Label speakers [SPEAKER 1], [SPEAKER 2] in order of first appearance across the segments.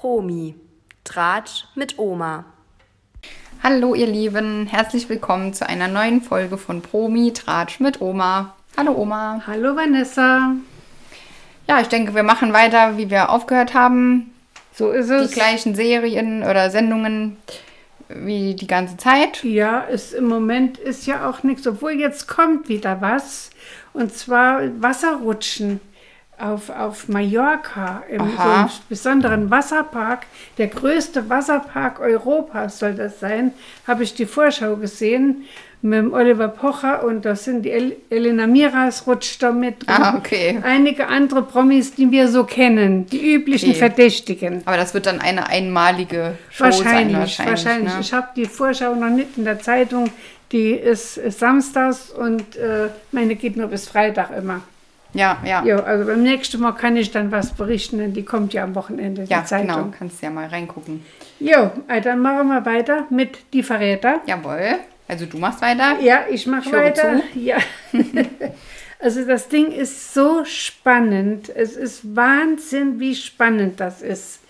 [SPEAKER 1] Omi. Tratsch mit Oma.
[SPEAKER 2] Hallo ihr Lieben, herzlich willkommen zu einer neuen Folge von Promi Tratsch mit Oma. Hallo Oma.
[SPEAKER 3] Hallo Vanessa.
[SPEAKER 2] Ja, ich denke, wir machen weiter, wie wir aufgehört haben.
[SPEAKER 3] So ist
[SPEAKER 2] Die
[SPEAKER 3] es.
[SPEAKER 2] gleichen Serien oder Sendungen wie die ganze Zeit.
[SPEAKER 3] Ja, ist im Moment ist ja auch nichts, obwohl jetzt kommt wieder was. Und zwar Wasserrutschen auf, auf Mallorca im so
[SPEAKER 2] Aha.
[SPEAKER 3] einem besonderen Wasserpark. Der größte Wasserpark Europas soll das sein. Habe ich die Vorschau gesehen mit dem Oliver Pocher und das sind die El Elena Miras rutscht da mit drin.
[SPEAKER 2] Ah, okay.
[SPEAKER 3] Einige andere Promis, die wir so kennen, die üblichen
[SPEAKER 2] Okay.
[SPEAKER 3] Verdächtigen.
[SPEAKER 2] Aber das wird dann eine einmalige Show sein
[SPEAKER 3] Wahrscheinlich, wahrscheinlich.
[SPEAKER 2] wahrscheinlich. Ne?
[SPEAKER 3] Ich habe die Vorschau noch nicht in der Zeitung. Die ist samstags und äh, meine geht nur bis Freitag immer.
[SPEAKER 2] ne? Ja, ja.
[SPEAKER 3] Ja, also beim nächsten Mal kann ich dann was berichten, denn die kommt ja am Wochenende, die
[SPEAKER 2] Ja, genau.
[SPEAKER 3] Zeitung.
[SPEAKER 2] Kannst ja mal reingucken.
[SPEAKER 3] Jo, äh, dann machen wir weiter mit Die Verräter.
[SPEAKER 2] Jawohl. Also du machst weiter.
[SPEAKER 3] Ja, ich mache
[SPEAKER 2] Ich höre
[SPEAKER 3] weiter. Ja. also das Ding ist so spannend. Es ist Wahnsinn, wie spannend das ist.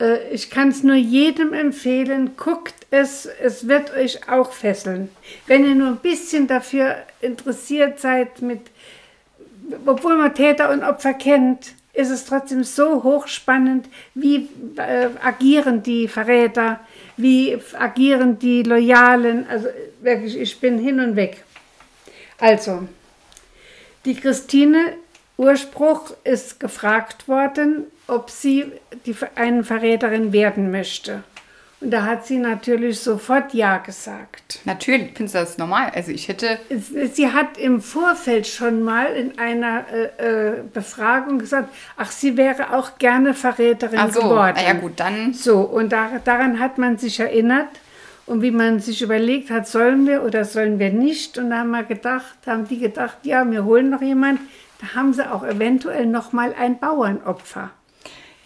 [SPEAKER 3] Äh, Ich kann es nur jedem empfehlen. Guckt es, es wird euch auch fesseln. Wenn ihr nur ein bisschen dafür interessiert seid, mit, obwohl man Täter und Opfer kennt, ist es trotzdem so hochspannend, wie äh, agieren die Verräter, wie f- agieren die Loyalen. Also äh, wirklich, ich bin hin und weg. Also, die Christine Urspruch ist gefragt worden, ob sie die, eine Verräterin werden möchte. Und da hat sie natürlich sofort Ja gesagt.
[SPEAKER 2] Natürlich, findest du das normal? Also ich hätte.
[SPEAKER 3] Es- es- Sie hat im Vorfeld schon mal in einer äh, äh, Befragung gesagt, ach, sie wäre auch gerne Verräterin
[SPEAKER 2] Ach so,
[SPEAKER 3] geworden.
[SPEAKER 2] na ja gut, dann.
[SPEAKER 3] So, und da, daran hat man sich erinnert und wie man sich überlegt hat, sollen wir oder sollen wir nicht. Und da haben wir gedacht, haben die gedacht, ja, wir holen noch jemand. Da haben sie auch eventuell noch mal ein Bauernopfer.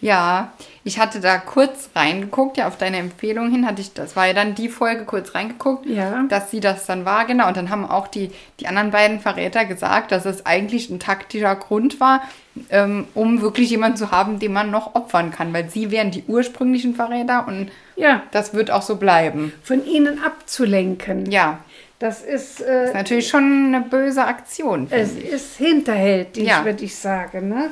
[SPEAKER 2] Ja, ich hatte da kurz reingeguckt, ja, auf deine Empfehlung hin hatte ich, das war ja dann die Folge kurz reingeguckt,
[SPEAKER 3] Ja.
[SPEAKER 2] dass sie das dann war, genau. Und dann haben auch die, die anderen beiden Verräter gesagt, dass es eigentlich ein taktischer Grund war, ähm, um wirklich jemanden zu haben, den man noch opfern kann, weil sie wären die ursprünglichen Verräter und
[SPEAKER 3] Ja,
[SPEAKER 2] das wird auch so bleiben.
[SPEAKER 3] von ihnen abzulenken.
[SPEAKER 2] Ja,
[SPEAKER 3] Das ist... Äh,
[SPEAKER 2] ist natürlich schon eine böse Aktion. finde
[SPEAKER 3] Es ist hinterhältig,
[SPEAKER 2] Ja.
[SPEAKER 3] würde ich sagen. Ne?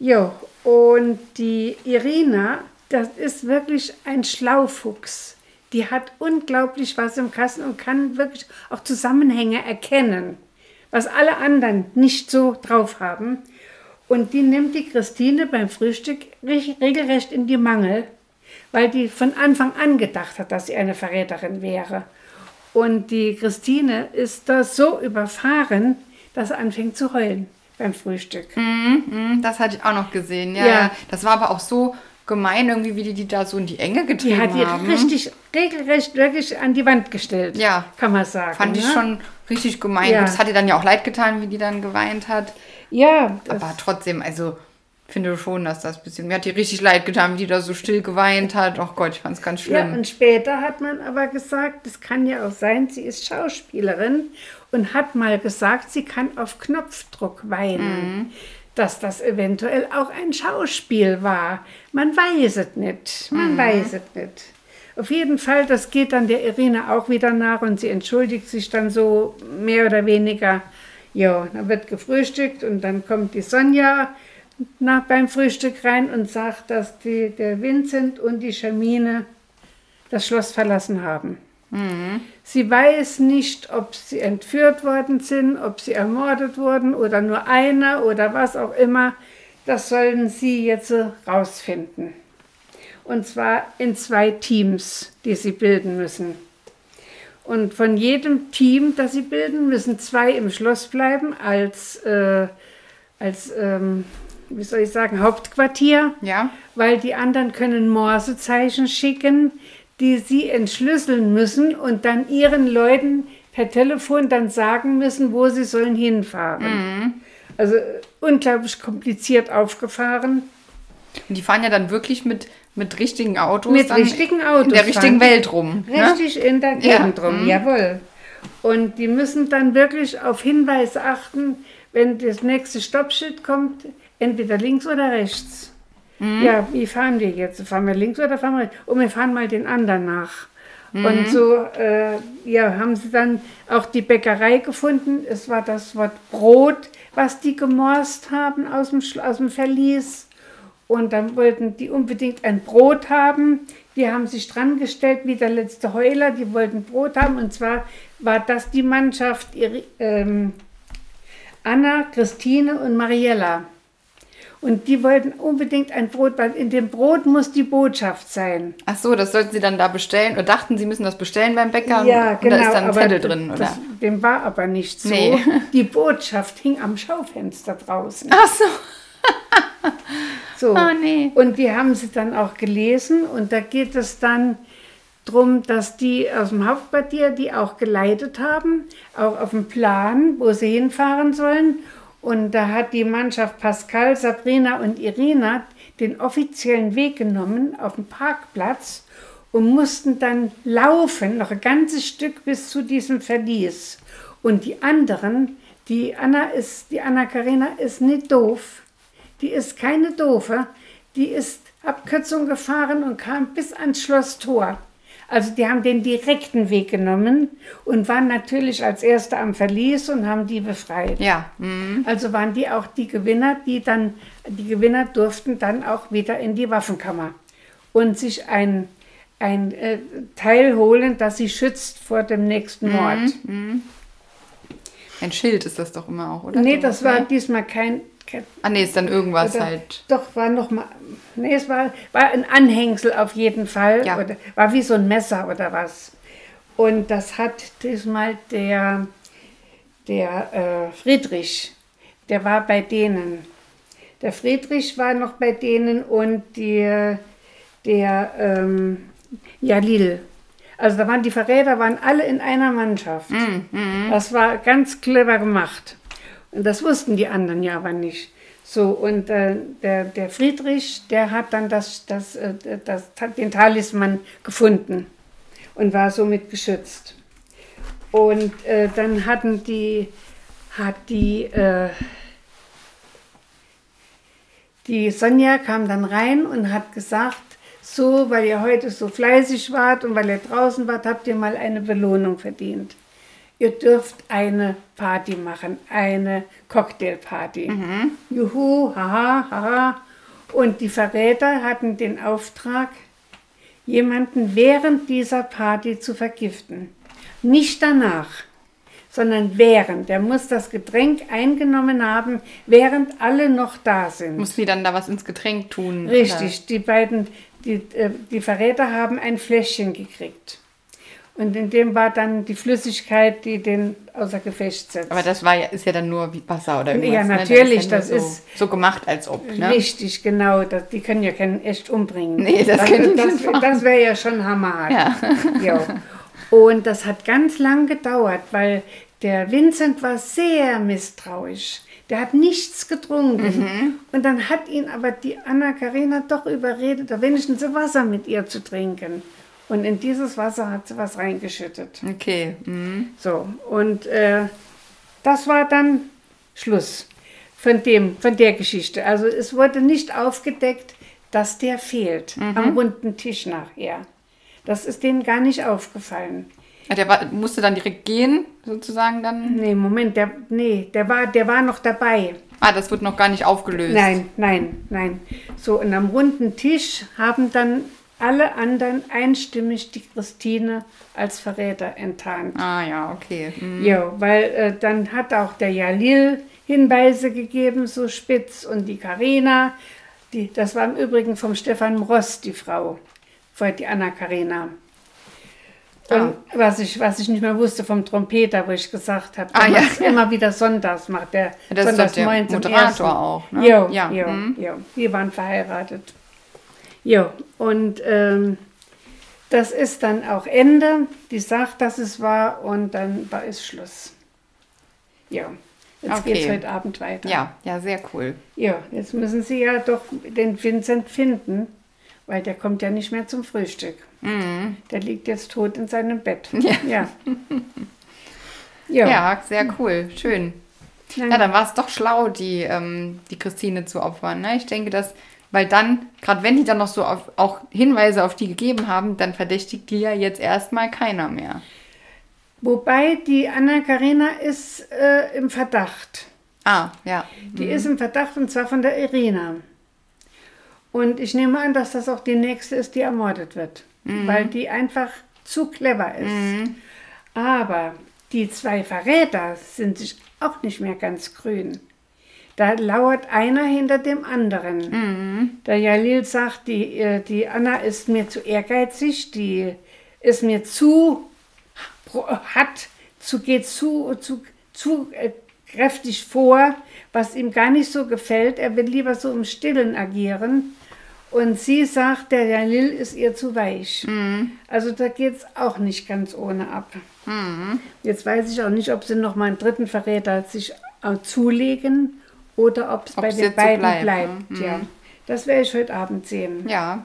[SPEAKER 3] Jo, und die Irina, das ist wirklich ein Schlaufuchs. Die hat unglaublich was im Kasten und kann wirklich auch Zusammenhänge erkennen, was alle anderen nicht so drauf haben. Und die nimmt die Christine beim Frühstück rech- regelrecht in die Mangel, weil die von Anfang an gedacht hat, dass sie eine Verräterin wäre. Und die Christine ist da so überfahren, dass sie anfängt zu heulen beim Frühstück.
[SPEAKER 2] Mhm, Das hatte ich auch noch gesehen, ja.
[SPEAKER 3] Ja.
[SPEAKER 2] ja. Das war aber auch so gemein, irgendwie, wie die die da so in die Enge
[SPEAKER 3] Die
[SPEAKER 2] getrieben
[SPEAKER 3] hat die
[SPEAKER 2] haben.
[SPEAKER 3] richtig, regelrecht wirklich an die Wand gestellt.
[SPEAKER 2] Ja.
[SPEAKER 3] Kann man sagen.
[SPEAKER 2] Fand ich
[SPEAKER 3] ne?
[SPEAKER 2] schon richtig gemein.
[SPEAKER 3] Ja.
[SPEAKER 2] Gut, Das hat ihr dann ja auch leid getan, wie die dann geweint hat.
[SPEAKER 3] Ja, das,
[SPEAKER 2] Aber trotzdem, also finde schon, dass das ein bisschen. Mir hat die richtig leid getan, wie die da so still geweint hat. Oh Gott, ich fand es ganz
[SPEAKER 3] ja.
[SPEAKER 2] schlimm.
[SPEAKER 3] Und später hat man aber gesagt, das kann ja auch sein, sie ist Schauspielerin und hat mal gesagt, sie kann auf Knopfdruck weinen. Dass das eventuell auch ein Schauspiel war. Man weiß es nicht. Man weiß es nicht. Auf jeden Fall, das geht dann der Irina auch wieder nach und sie entschuldigt sich dann so mehr oder weniger. Ja, dann wird gefrühstückt und dann kommt die Sonja nach beim Frühstück rein und sagt, dass die, der Vincent und die Charmine das Schloss verlassen haben. Sie weiß nicht, ob sie entführt worden sind, ob sie ermordet wurden oder nur einer oder was auch immer. Das sollen sie jetzt äh, rausfinden. Und zwar in zwei Teams, die sie bilden müssen. Und von jedem Team, das sie bilden, müssen zwei im Schloss bleiben als, äh, als ähm, wie soll ich sagen, Hauptquartier
[SPEAKER 2] Ja.
[SPEAKER 3] weil die anderen können Morsezeichen schicken, die sie entschlüsseln müssen und dann ihren Leuten per Telefon dann sagen müssen, wo sie sollen hinfahren. Also äh, unglaublich kompliziert aufgefahren.
[SPEAKER 2] Und die fahren ja dann wirklich mit, mit richtigen Autos.
[SPEAKER 3] Mit
[SPEAKER 2] dann
[SPEAKER 3] richtigen Autos
[SPEAKER 2] In der
[SPEAKER 3] fahren
[SPEAKER 2] richtigen
[SPEAKER 3] die.
[SPEAKER 2] Welt rum. Ne?
[SPEAKER 3] Richtig in der
[SPEAKER 2] Ja. Mhm.
[SPEAKER 3] Gegend drum, jawohl. Und die müssen dann wirklich auf Hinweise achten, wenn das nächste Stoppschild kommt, entweder links oder rechts.
[SPEAKER 2] Mhm.
[SPEAKER 3] Ja, wie fahren wir jetzt? Fahren wir links oder fahren wir rechts? Und wir fahren mal den anderen nach.
[SPEAKER 2] Mhm.
[SPEAKER 3] Und so äh, ja, haben sie dann auch die Bäckerei gefunden. Es war das Wort Brot, was die gemorst haben aus dem, Schl- aus dem Verlies. Und dann wollten die unbedingt ein Brot haben. Die haben sich dran gestellt wie der letzte Heuler. Die wollten Brot haben. Und zwar war das die Mannschaft ihre, ähm, Anna, Christine und Mariella. Und die wollten unbedingt ein Brot, weil in dem Brot muss die Botschaft sein.
[SPEAKER 2] Ach so, das sollten sie dann da bestellen oder dachten, sie müssen das bestellen beim Bäcker
[SPEAKER 3] Ja,
[SPEAKER 2] und
[SPEAKER 3] genau.
[SPEAKER 2] da ist dann ein
[SPEAKER 3] aber
[SPEAKER 2] Zettel drin, oder?
[SPEAKER 3] Das, dem war aber nicht so.
[SPEAKER 2] Nee.
[SPEAKER 3] Die Botschaft hing am Schaufenster draußen.
[SPEAKER 2] Ach so.
[SPEAKER 3] So.
[SPEAKER 2] Ah, nee.
[SPEAKER 3] Und die haben sie dann auch gelesen und da geht es dann drum, dass die aus dem Hauptquartier die auch geleitet haben, auch auf dem Plan, wo sie hinfahren sollen. Und da hat die Mannschaft Pascal, Sabrina und Irina den offiziellen Weg genommen auf dem Parkplatz und mussten dann laufen, noch ein ganzes Stück bis zu diesem Verlies. Und die anderen, die Anna ist, die Anna Karina ist nicht doof, die ist keine doofe, die ist Abkürzung gefahren und kam bis ans Schloss Tor. Also die haben den direkten Weg genommen und waren natürlich als Erste am Verlies und haben die befreit.
[SPEAKER 2] Ja. mhm.
[SPEAKER 3] Also waren die auch die Gewinner, die dann, die Gewinner durften dann auch wieder in die Waffenkammer und sich ein, ein äh, Teil holen, das sie schützt vor dem nächsten
[SPEAKER 2] Mhm.
[SPEAKER 3] Mord.
[SPEAKER 2] Ein Schild ist das doch immer auch, oder?
[SPEAKER 3] Nee,
[SPEAKER 2] So
[SPEAKER 3] das
[SPEAKER 2] was,
[SPEAKER 3] war
[SPEAKER 2] ne?
[SPEAKER 3] diesmal kein, kein
[SPEAKER 2] Ah, nee, ist dann irgendwas
[SPEAKER 3] Oder-
[SPEAKER 2] halt.
[SPEAKER 3] Doch, war noch mal. Nee, es war, war ein Anhängsel auf jeden Fall.
[SPEAKER 2] Ja.
[SPEAKER 3] Oder, war wie so ein Messer oder was. Und das hat diesmal der, der äh, Friedrich, der war bei denen. Der Friedrich war noch bei denen und der, der ähm, Jalil. Also da waren die Verräter, waren alle in einer Mannschaft.
[SPEAKER 2] Mhm.
[SPEAKER 3] Das war ganz clever gemacht. Und das wussten die anderen ja aber nicht. So, und äh, der, der Friedrich, der hat dann das, das, äh, das, den Talisman gefunden und war somit geschützt. Und äh, dann hatten die, hat die, äh, die Sonja kam dann rein und hat gesagt, so, weil ihr heute so fleißig wart und weil ihr draußen wart, habt ihr mal eine Belohnung verdient. Ihr dürft eine Party machen, eine Cocktailparty. Juhu, haha, haha. Und die Verräter hatten den Auftrag, jemanden während dieser Party zu vergiften. Nicht danach, sondern während. Der muss das Getränk eingenommen haben, während alle noch da sind.
[SPEAKER 2] Mussten die dann da was ins Getränk tun?
[SPEAKER 3] Richtig, die beiden, die, äh, die Verräter haben ein Fläschchen gekriegt. Und in dem war dann die Flüssigkeit, die den außer Gefecht setzt.
[SPEAKER 2] Oder? Aber das war ja, ist ja dann nur wie Wasser oder irgendwas.
[SPEAKER 3] Ja,
[SPEAKER 2] ne?
[SPEAKER 3] natürlich,
[SPEAKER 2] Dann ja nur
[SPEAKER 3] das
[SPEAKER 2] so, so gemacht, als ob. Ne?
[SPEAKER 3] Richtig, genau. Das, die können ja keinen echt umbringen.
[SPEAKER 2] Nee, das können die
[SPEAKER 3] Das,
[SPEAKER 2] nicht machen.
[SPEAKER 3] das wäre ja schon hammerhart.
[SPEAKER 2] Ja.
[SPEAKER 3] Jo. Und das hat ganz lang gedauert, weil der Vincent war sehr misstrauisch. Der hat nichts getrunken.
[SPEAKER 2] Mhm.
[SPEAKER 3] Und dann hat ihn aber die Anna Karina doch überredet, da wenigstens Wasser mit ihr zu trinken. Und in dieses Wasser hat sie was reingeschüttet.
[SPEAKER 2] Okay. mhm.
[SPEAKER 3] So, und äh, das war dann Schluss von, dem, von der Geschichte. Also es wurde nicht aufgedeckt, dass der fehlt am runden Tisch nachher. Das ist denen gar nicht aufgefallen.
[SPEAKER 2] Ah, Der war, musste dann direkt gehen, sozusagen dann.
[SPEAKER 3] Nee, Moment, der, nee, der, war, der war noch dabei.
[SPEAKER 2] Ah, das wird noch gar nicht aufgelöst.
[SPEAKER 3] Nein, nein, nein. So, und am runden Tisch haben dann alle anderen einstimmig die Christine als Verräter enttarnt.
[SPEAKER 2] Ah ja, okay. mhm.
[SPEAKER 3] Ja, weil äh, dann hat auch der Jalil Hinweise gegeben, so spitz und die Karina, die das war im Übrigen vom Stefan Ross die Frau, vorher die Anna Karina. Und
[SPEAKER 2] Ah.
[SPEAKER 3] was, ich, was ich nicht mehr wusste vom Trompeter, wo ich gesagt habe,
[SPEAKER 2] Ah,
[SPEAKER 3] der
[SPEAKER 2] ja.
[SPEAKER 3] macht's immer wieder sonntags, macht der
[SPEAKER 2] Das ist doch der
[SPEAKER 3] morgens um
[SPEAKER 2] Moderator
[SPEAKER 3] ersten.
[SPEAKER 2] auch, ne?
[SPEAKER 3] Jo,
[SPEAKER 2] Ja,
[SPEAKER 3] jo,
[SPEAKER 2] mhm.
[SPEAKER 3] jo. Die waren verheiratet. Jo, und ähm, das ist dann auch Ende. Die sagt, dass es war und dann war es Schluss. Ja, jetzt
[SPEAKER 2] Okay.
[SPEAKER 3] geht's heute Abend weiter.
[SPEAKER 2] Ja, ja, sehr cool.
[SPEAKER 3] ja, jetzt müssen sie ja doch den Vincent finden, weil der kommt ja nicht mehr zum Frühstück. Der liegt jetzt tot in seinem Bett.
[SPEAKER 2] Mhm. Ja.
[SPEAKER 3] Ja, ja.
[SPEAKER 2] Ja, sehr cool. Schön.
[SPEAKER 3] Nein.
[SPEAKER 2] Ja, dann war es doch schlau, die, ähm, die Christine zu opfern. Ne? Ich denke, das Weil dann, gerade wenn die dann noch so auf, auch Hinweise auf die gegeben haben, dann verdächtigt die ja jetzt erstmal keiner mehr.
[SPEAKER 3] Wobei die Anna Karina ist äh, im Verdacht.
[SPEAKER 2] Ah, ja.
[SPEAKER 3] Die ist im Verdacht und zwar von der Irina. Und ich nehme an, dass das auch die nächste ist, die ermordet wird, weil die einfach zu clever ist. Aber die zwei Verräter sind sich auch nicht mehr ganz grün. Da lauert einer hinter dem anderen. Der Jalil sagt, die, äh, die Anna ist mir zu ehrgeizig, die ist mir zu pro- hat, zu, geht zu, zu, zu äh, kräftig vor, was ihm gar nicht so gefällt. Er will lieber so im Stillen agieren. Und sie sagt, der Jalil ist ihr zu weich.
[SPEAKER 2] Mhm.
[SPEAKER 3] Also da geht es auch nicht ganz ohne ab.
[SPEAKER 2] Mhm.
[SPEAKER 3] Jetzt weiß ich auch nicht, ob sie noch mal einen dritten Verräter sich äh, zulegen oder ob es bei
[SPEAKER 2] es
[SPEAKER 3] den
[SPEAKER 2] jetzt so
[SPEAKER 3] beiden
[SPEAKER 2] bleibt,
[SPEAKER 3] bleibt.
[SPEAKER 2] ne?
[SPEAKER 3] Ja. Das werde ich heute Abend sehen.
[SPEAKER 2] Ja.